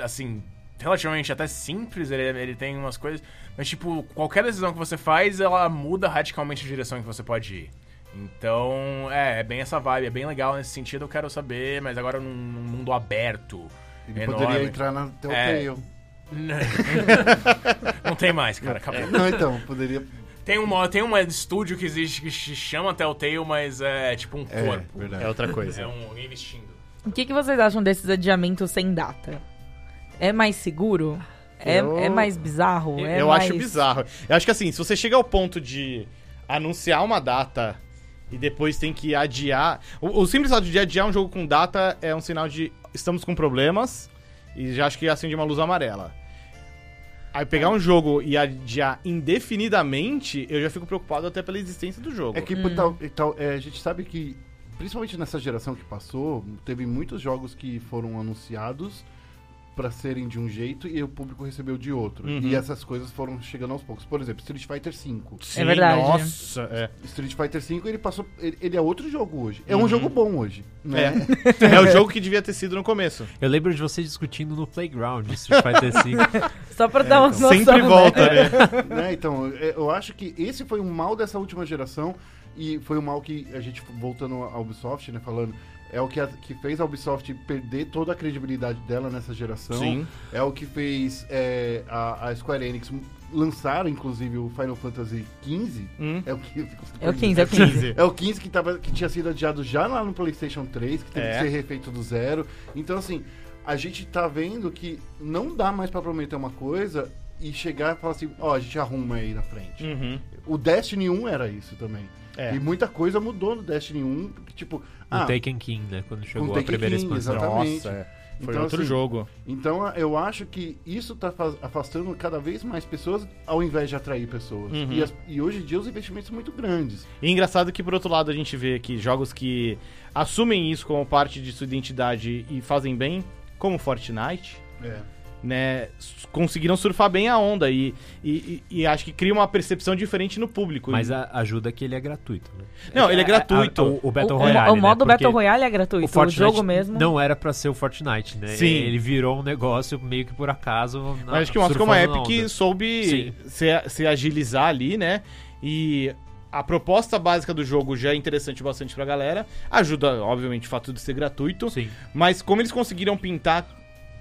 [SPEAKER 5] assim, relativamente até simples, ele, ele tem umas coisas, mas, tipo, qualquer decisão que você faz, ela muda radicalmente a direção em que você pode ir. Então, é, é bem essa vibe, é bem legal nesse sentido, eu quero saber, mas agora num, num mundo aberto,
[SPEAKER 2] Ele
[SPEAKER 5] É enorme.
[SPEAKER 2] poderia entrar na Telltale.
[SPEAKER 5] Não tem mais, cara, acabou.
[SPEAKER 2] Não, então, poderia...
[SPEAKER 5] Tem, uma, tem um estúdio que existe que se chama Telltale, mas é tipo um
[SPEAKER 2] É,
[SPEAKER 5] corpo.
[SPEAKER 2] verdade.
[SPEAKER 1] É outra coisa.
[SPEAKER 5] É um investindo.
[SPEAKER 4] O que, que vocês acham desses adiamentos sem data? É mais seguro? É,
[SPEAKER 1] Eu-
[SPEAKER 4] é mais bizarro? É
[SPEAKER 1] eu
[SPEAKER 4] mais...
[SPEAKER 1] acho bizarro. Eu acho que assim, se você chega ao ponto de anunciar uma data e depois tem que adiar. O, o simples fato de adiar um jogo com data é um sinal de estamos com problemas e já acho que acende uma luz amarela. Aí pegar um jogo e adiar indefinidamente, eu já fico preocupado até pela existência do jogo.
[SPEAKER 2] É que por tal, e tal- é, a gente sabe que, principalmente nessa geração que passou, teve muitos jogos que foram anunciados pra serem de um jeito e o público recebeu de outro.
[SPEAKER 1] Uhum.
[SPEAKER 2] E essas coisas foram chegando aos poucos. Por exemplo, Street Fighter V.
[SPEAKER 1] Sim,
[SPEAKER 4] É verdade.
[SPEAKER 1] Nossa, é.
[SPEAKER 2] Street Fighter V, ele passou. Ele, ele é outro jogo hoje. É um jogo bom hoje. Né?
[SPEAKER 1] Uhum. É. é o jogo que devia ter sido no começo.
[SPEAKER 3] Eu lembro de vocês discutindo no Playground Street Fighter V.
[SPEAKER 4] Só pra
[SPEAKER 1] É,
[SPEAKER 4] dar uma noção,
[SPEAKER 1] Sempre
[SPEAKER 4] né?
[SPEAKER 1] volta, né?
[SPEAKER 2] Né? Então, é, eu acho que esse foi um mal dessa última geração e foi um mal que a gente, voltando à Ubisoft, né, falando, é o que, a- que fez a Ubisoft perder toda a credibilidade dela nessa geração.
[SPEAKER 1] Sim.
[SPEAKER 2] É o que fez é, a, a Square Enix lançar, inclusive, o Final Fantasy XV.
[SPEAKER 1] Hum.
[SPEAKER 2] É o que...
[SPEAKER 4] É o 15, é o 15.
[SPEAKER 2] É o 15 que, tava, que tinha sido adiado já lá no PlayStation 3, que teve
[SPEAKER 1] É.
[SPEAKER 2] que ser refeito do zero. Então, assim, a gente tá vendo que não dá mais pra prometer uma coisa e chegar e falar assim: ó, a gente arruma aí na frente.
[SPEAKER 1] Uhum.
[SPEAKER 2] O Destiny 1 era isso também.
[SPEAKER 1] É.
[SPEAKER 2] E muita coisa mudou no Destiny 1, que, tipo,
[SPEAKER 3] No
[SPEAKER 2] ah,
[SPEAKER 3] Taken King, né? Quando chegou a
[SPEAKER 2] Taken
[SPEAKER 3] primeira
[SPEAKER 2] King,
[SPEAKER 3] expansão.
[SPEAKER 2] Exatamente.
[SPEAKER 1] Nossa, é. Foi
[SPEAKER 2] Então,
[SPEAKER 1] outro
[SPEAKER 2] assim,
[SPEAKER 1] jogo.
[SPEAKER 2] então a- eu acho que isso tá faz- afastando cada vez mais pessoas ao invés de atrair pessoas.
[SPEAKER 1] Uhum.
[SPEAKER 2] E, as- e hoje em dia os investimentos são muito grandes.
[SPEAKER 1] E engraçado que, por outro lado, a gente vê que jogos que assumem isso como parte de sua identidade e fazem bem, como Fortnite,
[SPEAKER 2] É.
[SPEAKER 1] né, s- conseguiram surfar bem a onda e, e, e- e acho que cria uma percepção diferente no público.
[SPEAKER 3] Mas
[SPEAKER 1] E-
[SPEAKER 3] a- ajuda que ele é gratuito, né?
[SPEAKER 1] Não, ele é
[SPEAKER 3] A-
[SPEAKER 1] gratuito.
[SPEAKER 3] a- o, o
[SPEAKER 4] O,
[SPEAKER 3] Battle
[SPEAKER 4] o-
[SPEAKER 3] Royale.
[SPEAKER 4] o modo
[SPEAKER 3] né? Porque
[SPEAKER 4] Battle Royale é gratuito. O,
[SPEAKER 3] Fortnite
[SPEAKER 4] jogo mesmo.
[SPEAKER 3] Não era pra ser o Fortnite, né?
[SPEAKER 1] Sim.
[SPEAKER 3] Ele virou um negócio meio que por acaso.
[SPEAKER 1] Mas acho que mostra como a
[SPEAKER 3] surfando na
[SPEAKER 1] Epic
[SPEAKER 3] onda.
[SPEAKER 1] soube
[SPEAKER 3] Sim.
[SPEAKER 1] se, se agilizar ali, né? E a proposta básica do jogo já é interessante bastante pra galera. Ajuda, obviamente, o fato de ser gratuito.
[SPEAKER 3] Sim.
[SPEAKER 1] Mas como eles conseguiram pintar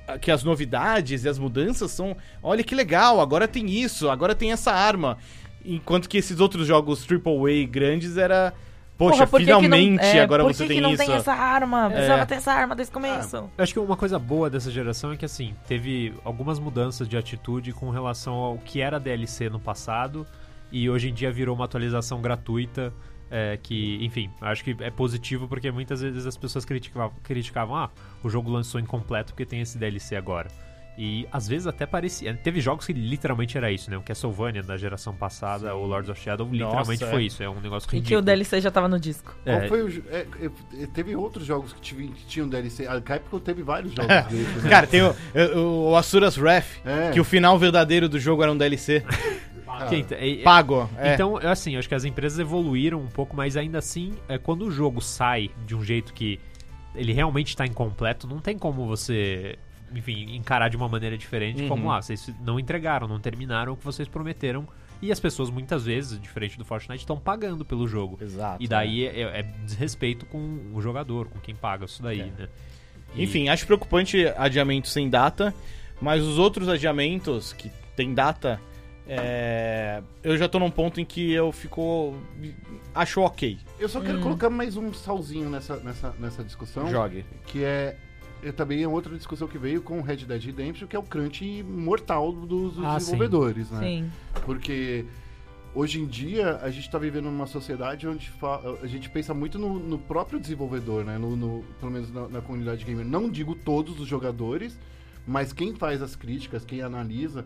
[SPEAKER 1] ah, que as novidades e as mudanças são, olha que legal, agora tem isso, agora tem essa arma. Enquanto que esses outros jogos AAA grandes era, poxa,
[SPEAKER 4] Porra, por que que não-
[SPEAKER 1] finalmente
[SPEAKER 4] é,
[SPEAKER 1] agora
[SPEAKER 4] por que
[SPEAKER 1] você
[SPEAKER 4] que
[SPEAKER 1] tem
[SPEAKER 4] não
[SPEAKER 1] isso.
[SPEAKER 4] tem essa arma? Precisava ter essa arma desde o começo.
[SPEAKER 3] Eu acho que uma coisa boa dessa geração é que, assim, teve algumas mudanças de atitude com relação ao que era DLC no passado e hoje em dia virou uma atualização gratuita. é, que, enfim, acho que é positivo porque muitas vezes as pessoas criticavam, criticavam: ah, o jogo lançou incompleto porque tem esse DLC agora. E às vezes até parecia. Teve jogos que literalmente era isso, né? O Castlevania da geração passada, o Lords of Shadow, literalmente
[SPEAKER 1] é.
[SPEAKER 3] foi isso. É um negócio
[SPEAKER 4] E
[SPEAKER 3] ridículo.
[SPEAKER 4] que o DLC já tava no disco.
[SPEAKER 2] Qual
[SPEAKER 3] É,
[SPEAKER 2] foi o jo- é, é, é, teve outros jogos que, tive- que tinham DLC. A Capcom Ah, teve vários jogos
[SPEAKER 3] É.
[SPEAKER 2] desses, né?
[SPEAKER 1] Cara, tem o, o, o Asuras Wrath,
[SPEAKER 2] É.
[SPEAKER 1] que o final verdadeiro do jogo era um DLC
[SPEAKER 3] quem tá- é- é-
[SPEAKER 1] pago. é.
[SPEAKER 3] Então, eu, assim, eu acho que as empresas evoluíram um pouco, mas ainda assim, é, quando o jogo sai de um jeito que ele realmente está incompleto, não tem como você, enfim, encarar de uma maneira diferente,
[SPEAKER 1] Uhum.
[SPEAKER 3] como, ah, vocês não entregaram, não terminaram o que vocês prometeram, e as pessoas muitas vezes, diferente do Fortnite, estão pagando pelo jogo.
[SPEAKER 1] Exato.
[SPEAKER 3] E daí é, é desrespeito com o jogador, com quem paga isso daí, né? E-
[SPEAKER 1] É. Enfim, acho preocupante adiamento sem data, mas os outros adiamentos que tem data, é, eu já tô num ponto em que eu fico. acho ok.
[SPEAKER 2] Eu só quero colocar mais um salzinho nessa, nessa, nessa discussão.
[SPEAKER 1] Jogue.
[SPEAKER 2] Que é. é também é outra discussão que veio com o Red Dead Redemption, que é o crunch mortal dos, dos
[SPEAKER 3] Ah, sim.
[SPEAKER 2] desenvolvedores, né?
[SPEAKER 4] Sim.
[SPEAKER 2] Porque hoje em dia a gente está vivendo numa sociedade onde fa- a gente pensa muito no, no próprio desenvolvedor, né? No, no- pelo menos na, na comunidade gamer. Não digo todos os jogadores, mas quem faz as críticas, quem analisa,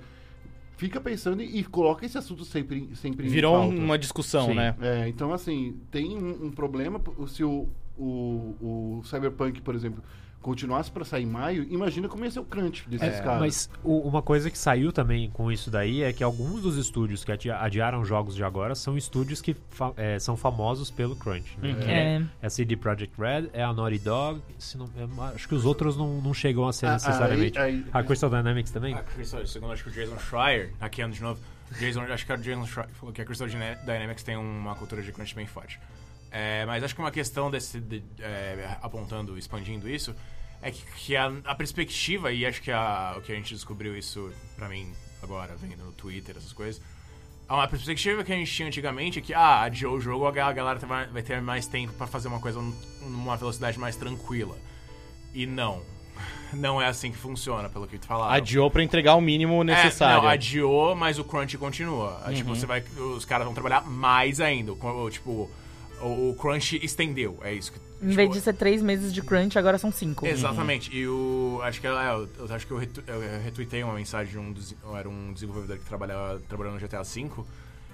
[SPEAKER 2] fica pensando e, e coloca esse assunto sempre, sempre em
[SPEAKER 1] Virou
[SPEAKER 2] pauta.
[SPEAKER 1] uma discussão,
[SPEAKER 3] Sim.
[SPEAKER 1] né?
[SPEAKER 2] É, então assim, tem um, um problema p- se o, o, o Cyberpunk, por exemplo, continuasse para sair em maio, imagina como ia ser o crunch desses caras.
[SPEAKER 3] É, Mas o- uma coisa que saiu também com isso daí é que alguns dos estúdios que adi- adiaram jogos de agora são estúdios que fa- é, são famosos pelo Crunch. Né? Que É.
[SPEAKER 4] É.
[SPEAKER 3] é a CD Projekt Red, é a Naughty Dog, se não- é, acho que os outros não, não chegam a ser
[SPEAKER 2] Ah,
[SPEAKER 3] necessariamente.
[SPEAKER 5] é,
[SPEAKER 2] aí- aí-
[SPEAKER 3] a Crystal Dynamics também?
[SPEAKER 5] A Crystal, segundo acho Ah, que o Jason Schreier, hackeando de novo, Jason, acho que é o Jason Schreier falou que a Crystal Dyna- Dynamics tem uma cultura de crunch bem forte. É, mas acho que uma questão desse, de- é, apontando, expandindo isso, é que, que a, a perspectiva, e acho que a- o que a gente descobriu isso pra mim agora, vendo no Twitter, essas coisas, a perspectiva que a gente tinha antigamente é que, ah, adiou o jogo, a ga- a galera vai- vai ter mais tempo pra fazer uma coisa num- numa velocidade mais tranquila. E não. Não é assim que funciona, pelo que tu falaram.
[SPEAKER 1] Adiou pra entregar o mínimo necessário. Uhum.
[SPEAKER 5] É, não, adiou, mas o crunch continua. Tipo, você vai, os caras vão trabalhar mais ainda. O cr- Tipo, o, o crunch estendeu, é isso. Que,
[SPEAKER 4] Em
[SPEAKER 5] tipo,
[SPEAKER 4] vez de ser três meses de crunch, agora são cinco.
[SPEAKER 5] Exatamente. E o. Acho que é, eu, eu acho que eu, retu, eu retuitei uma mensagem de um dos, era um desenvolvedor que trabalhava trabalhando no GTA V.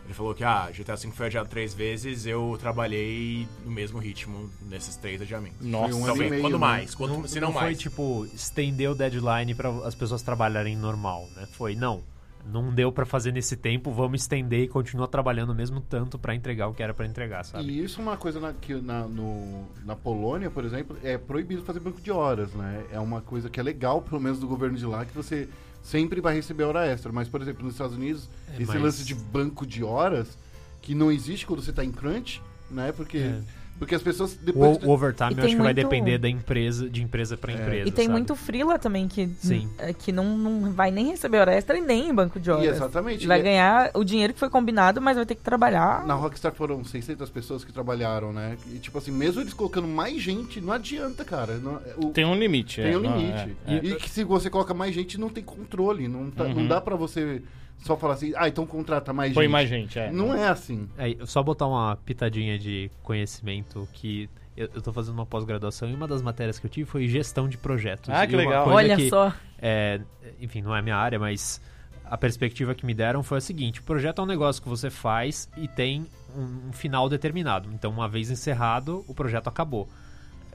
[SPEAKER 5] Ele falou que, ah, GTA V foi adiado três vezes, eu trabalhei no mesmo ritmo nesses três adiamentos.
[SPEAKER 1] Nossa.
[SPEAKER 2] Foi um ano
[SPEAKER 5] Talvez,
[SPEAKER 2] e meio,
[SPEAKER 5] quando
[SPEAKER 2] né?
[SPEAKER 5] mais, quanto, se não,
[SPEAKER 3] foi
[SPEAKER 5] mais.
[SPEAKER 3] tipo estender o deadline pra as pessoas trabalharem normal, né? Foi não, não deu pra fazer nesse tempo, vamos estender e continuar trabalhando mesmo tanto pra entregar o que era pra entregar, sabe?
[SPEAKER 2] E isso é uma coisa na, que na, no- na Polônia, por exemplo, é proibido fazer banco de horas, né? É uma coisa que é legal, pelo menos do governo de lá, que você sempre vai receber hora extra. Mas, por exemplo, nos Estados Unidos, esse
[SPEAKER 3] mas-
[SPEAKER 2] lance de banco de horas, que não existe quando você tá em crunch, né? Porque, porque as pessoas
[SPEAKER 3] O,
[SPEAKER 2] depois...
[SPEAKER 3] o overtime
[SPEAKER 4] E
[SPEAKER 3] eu
[SPEAKER 4] tem
[SPEAKER 3] acho que vai
[SPEAKER 4] muito- É.
[SPEAKER 3] depender da empresa, de empresa pra empresa.
[SPEAKER 4] E tem
[SPEAKER 3] sabe?
[SPEAKER 4] muito frila também que,
[SPEAKER 3] Sim.
[SPEAKER 4] é, que não, não vai nem receber hora extra e nem em banco de horas.
[SPEAKER 2] exatamente.
[SPEAKER 4] Vai
[SPEAKER 2] E-
[SPEAKER 4] ganhar o dinheiro que foi combinado, mas vai ter que trabalhar.
[SPEAKER 2] Na Rockstar foram 600 pessoas que trabalharam, né? E, tipo assim, mesmo eles colocando mais gente, não adianta, cara. Não- o-
[SPEAKER 1] Tem um limite.
[SPEAKER 2] Tem
[SPEAKER 1] é,
[SPEAKER 2] um
[SPEAKER 1] não,
[SPEAKER 2] limite.
[SPEAKER 1] é, é.
[SPEAKER 2] E que se você coloca mais gente, não tem controle. Não, tá- não dá pra você só falar assim, ah, então contrata mais
[SPEAKER 1] Põe
[SPEAKER 2] gente.
[SPEAKER 1] mais gente, é.
[SPEAKER 2] Não é assim.
[SPEAKER 3] É, só botar uma pitadinha de conhecimento que eu, eu tô fazendo uma pós-graduação e uma das matérias que eu tive foi gestão de projetos.
[SPEAKER 1] Ah, que
[SPEAKER 3] E uma
[SPEAKER 1] legal.
[SPEAKER 3] coisa
[SPEAKER 4] Olha
[SPEAKER 3] que,
[SPEAKER 4] só.
[SPEAKER 3] é, enfim, não é minha área, mas a perspectiva que me deram foi a seguinte: o projeto é um negócio que você faz e tem um, um final determinado. Então, uma vez encerrado, o projeto acabou.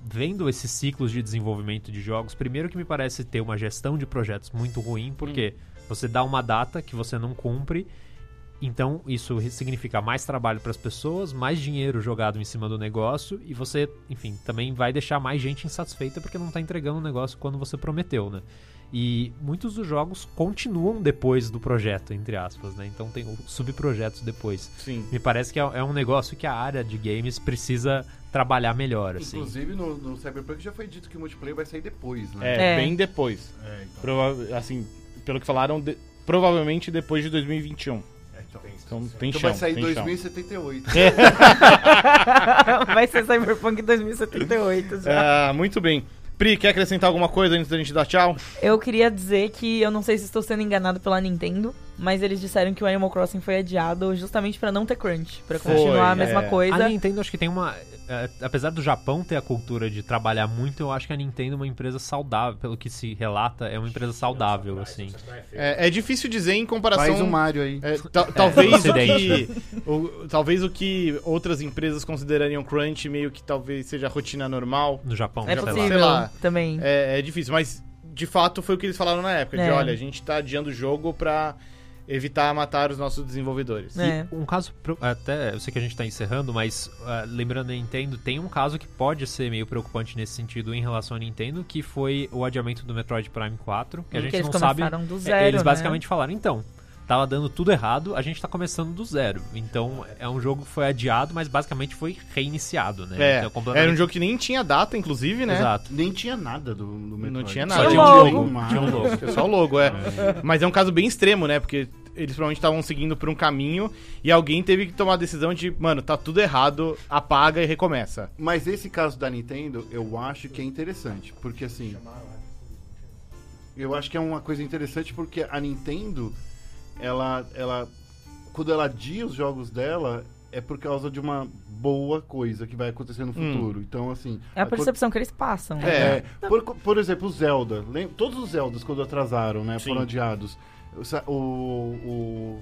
[SPEAKER 3] Vendo esses ciclos de desenvolvimento de jogos, primeiro que me parece ter uma gestão de projetos muito ruim, porque você dá uma data que você não cumpre Então, isso re- significa mais trabalho para as pessoas, mais dinheiro jogado em cima do negócio e você, enfim, também vai deixar mais gente insatisfeita porque não tá entregando o negócio quando você prometeu, né? E muitos dos jogos continuam depois do projeto, entre aspas, né? Então tem o- subprojetos depois.
[SPEAKER 1] Sim.
[SPEAKER 3] Me parece que é, é um negócio que a área de games precisa trabalhar melhor, assim.
[SPEAKER 2] Inclusive, no, no Cyberpunk já foi dito que o multiplayer vai sair depois, né?
[SPEAKER 1] É,
[SPEAKER 4] É.
[SPEAKER 1] bem depois.
[SPEAKER 2] É, então.
[SPEAKER 1] Prova- assim, pelo que falaram, de- provavelmente depois de 2021.
[SPEAKER 2] é, então. Então
[SPEAKER 1] Então tem chão.
[SPEAKER 2] vai sair
[SPEAKER 1] tem chão.
[SPEAKER 2] 2078.
[SPEAKER 4] Vai ser Cyberpunk 2078. já.
[SPEAKER 1] Ah, muito bem. Pri, quer acrescentar alguma coisa antes da gente dar tchau?
[SPEAKER 4] Eu queria dizer que eu não sei se estou sendo enganado pela Nintendo, mas eles disseram que o Animal Crossing foi adiado justamente pra não ter crunch, pra
[SPEAKER 1] Foi,
[SPEAKER 4] continuar a mesma
[SPEAKER 1] é.
[SPEAKER 4] coisa.
[SPEAKER 3] A Nintendo acho que tem uma. é, apesar do Japão ter a cultura de trabalhar muito, eu acho que a Nintendo é uma empresa saudável, pelo que se relata, é uma empresa saudável, assim.
[SPEAKER 1] É, é difícil dizer em comparação.
[SPEAKER 2] Faz um Mario aí.
[SPEAKER 1] É, ta- talvez, o
[SPEAKER 3] ocidente,
[SPEAKER 1] que, o- talvez o que outras empresas considerariam crunch meio que talvez seja rotina normal.
[SPEAKER 3] No Japão, sei
[SPEAKER 4] é
[SPEAKER 3] lá.
[SPEAKER 4] possível
[SPEAKER 1] Sei lá.
[SPEAKER 4] também.
[SPEAKER 1] É, é difícil, mas de fato foi o que eles falaram na época: de
[SPEAKER 4] É.
[SPEAKER 1] olha, a gente tá adiando o jogo pra evitar matar os nossos desenvolvedores.
[SPEAKER 4] É.
[SPEAKER 3] E um caso, pro- até, eu sei que a gente tá encerrando, mas ah, lembrando da Nintendo, tem um caso que pode ser meio preocupante nesse sentido em relação à Nintendo, que foi o adiamento do Metroid Prime 4, que a gente
[SPEAKER 4] Hum, eles
[SPEAKER 3] não sabe.
[SPEAKER 4] começaram do
[SPEAKER 3] É,
[SPEAKER 4] zero.
[SPEAKER 3] eles
[SPEAKER 4] né?
[SPEAKER 3] basicamente falaram, então, tava dando tudo errado, a gente tá começando do zero. Então, é um jogo que foi adiado, mas basicamente foi reiniciado,
[SPEAKER 1] É,
[SPEAKER 3] né? Então,
[SPEAKER 1] era um
[SPEAKER 3] completamente-
[SPEAKER 1] jogo que nem tinha data, inclusive, né?
[SPEAKER 3] Exato.
[SPEAKER 2] Nem tinha nada do, do Metroid.
[SPEAKER 1] Não tinha
[SPEAKER 2] Só
[SPEAKER 1] nada.
[SPEAKER 4] Tinha um logo.
[SPEAKER 2] Mario.
[SPEAKER 3] Tinha um logo.
[SPEAKER 1] Só o logo, é. Mas é um caso bem extremo, né? Porque eles provavelmente estavam seguindo por um caminho e alguém teve que tomar a decisão de, mano, tá tudo errado, apaga e recomeça.
[SPEAKER 2] Mas esse caso da Nintendo, eu acho que é interessante, porque assim. Eu acho que é uma coisa interessante porque a Nintendo, ela, ela quando ela adia os jogos dela, é por causa de uma boa coisa que vai acontecer no futuro. Então, assim.
[SPEAKER 4] É a
[SPEAKER 2] acon-
[SPEAKER 4] percepção que eles passam. né?
[SPEAKER 2] é, por, por exemplo, o Zelda. Lem- Todos os Zeldas, quando atrasaram, né?
[SPEAKER 1] Sim.
[SPEAKER 2] Foram adiados. O. sa- o, o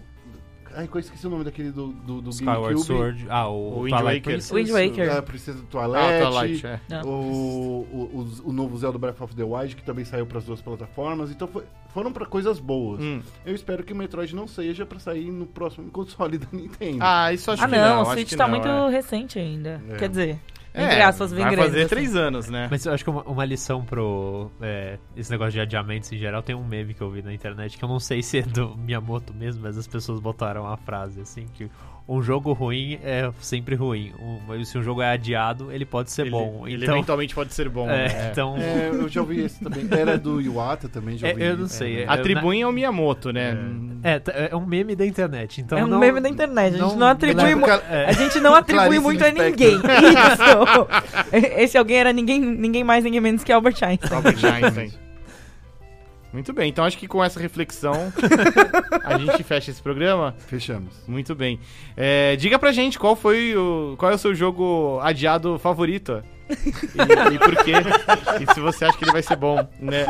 [SPEAKER 2] ai, eu esqueci o nome daquele do, do, do
[SPEAKER 3] Skyward
[SPEAKER 2] GameCube.
[SPEAKER 3] Sword. Ah, o,
[SPEAKER 1] O Wind
[SPEAKER 3] Twilight
[SPEAKER 1] Waker.
[SPEAKER 3] Princess.
[SPEAKER 4] Wind Waker.
[SPEAKER 2] Da Princesa do Toilette.
[SPEAKER 1] é.
[SPEAKER 4] É.
[SPEAKER 2] O, o, o, o novo Zelda Breath of the Wild, que também saiu para as duas plataformas. Então foi- foram para coisas boas.
[SPEAKER 1] Hum.
[SPEAKER 2] Eu espero que o Metroid não seja para sair no próximo console da Nintendo.
[SPEAKER 1] Ah, isso acho
[SPEAKER 4] Ah,
[SPEAKER 1] que
[SPEAKER 4] não,
[SPEAKER 1] não.
[SPEAKER 4] o
[SPEAKER 1] acho
[SPEAKER 4] Switch
[SPEAKER 1] que
[SPEAKER 4] tá
[SPEAKER 1] não,
[SPEAKER 4] muito
[SPEAKER 1] é.
[SPEAKER 4] recente ainda.
[SPEAKER 2] É.
[SPEAKER 4] Quer dizer,
[SPEAKER 1] É,
[SPEAKER 4] entre aspas, assim. vem
[SPEAKER 1] vai
[SPEAKER 4] grande.
[SPEAKER 1] fazer três anos, né?
[SPEAKER 3] Mas eu acho que uma, uma lição pro. é, esse negócio de adiamentos em geral tem um meme que eu vi na internet que eu não sei se é do Miyamoto mesmo, mas as pessoas botaram a frase assim: que um jogo ruim é sempre ruim. Um- mas se um jogo é adiado, ele pode ser
[SPEAKER 1] Ele-
[SPEAKER 3] bom.
[SPEAKER 1] Ele
[SPEAKER 3] Então.
[SPEAKER 1] eventualmente pode ser bom.
[SPEAKER 3] é,
[SPEAKER 1] né?
[SPEAKER 3] então
[SPEAKER 2] É, eu já ouvi esse também. Era do Iwata também, já
[SPEAKER 3] É,
[SPEAKER 2] ouvi.
[SPEAKER 3] eu não
[SPEAKER 2] isso.
[SPEAKER 3] sei, é.
[SPEAKER 1] Atribuem ao Miyamoto, né?
[SPEAKER 3] é, t- é um meme da internet. Então
[SPEAKER 4] é um
[SPEAKER 3] não- é,
[SPEAKER 4] meme da internet, a gente não, atribui
[SPEAKER 2] lembro
[SPEAKER 4] muito.
[SPEAKER 2] que
[SPEAKER 4] A gente não atribui
[SPEAKER 2] é Clarice
[SPEAKER 4] muito a
[SPEAKER 2] Lispector.
[SPEAKER 4] ninguém. Isso. Esse alguém era ninguém, ninguém mais, ninguém menos que Albert Einstein.
[SPEAKER 3] É.
[SPEAKER 1] Albert Einstein. Muito bem, então acho que com essa reflexão a gente fecha esse programa.
[SPEAKER 2] Fechamos.
[SPEAKER 1] Muito bem. É, diga pra gente qual foi o. qual é o seu jogo adiado favorito? E, e por quê? E se você acha que ele vai ser bom, né?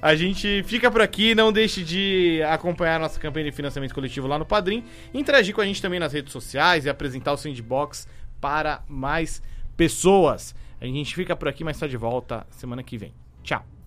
[SPEAKER 1] A gente fica por aqui, não deixe de acompanhar a nossa campanha de financiamento coletivo lá no Padrim, interagir com a gente também nas redes sociais e apresentar o Sandbox para mais pessoas. A gente fica por aqui, mas está de volta tá semana que vem. Tchau!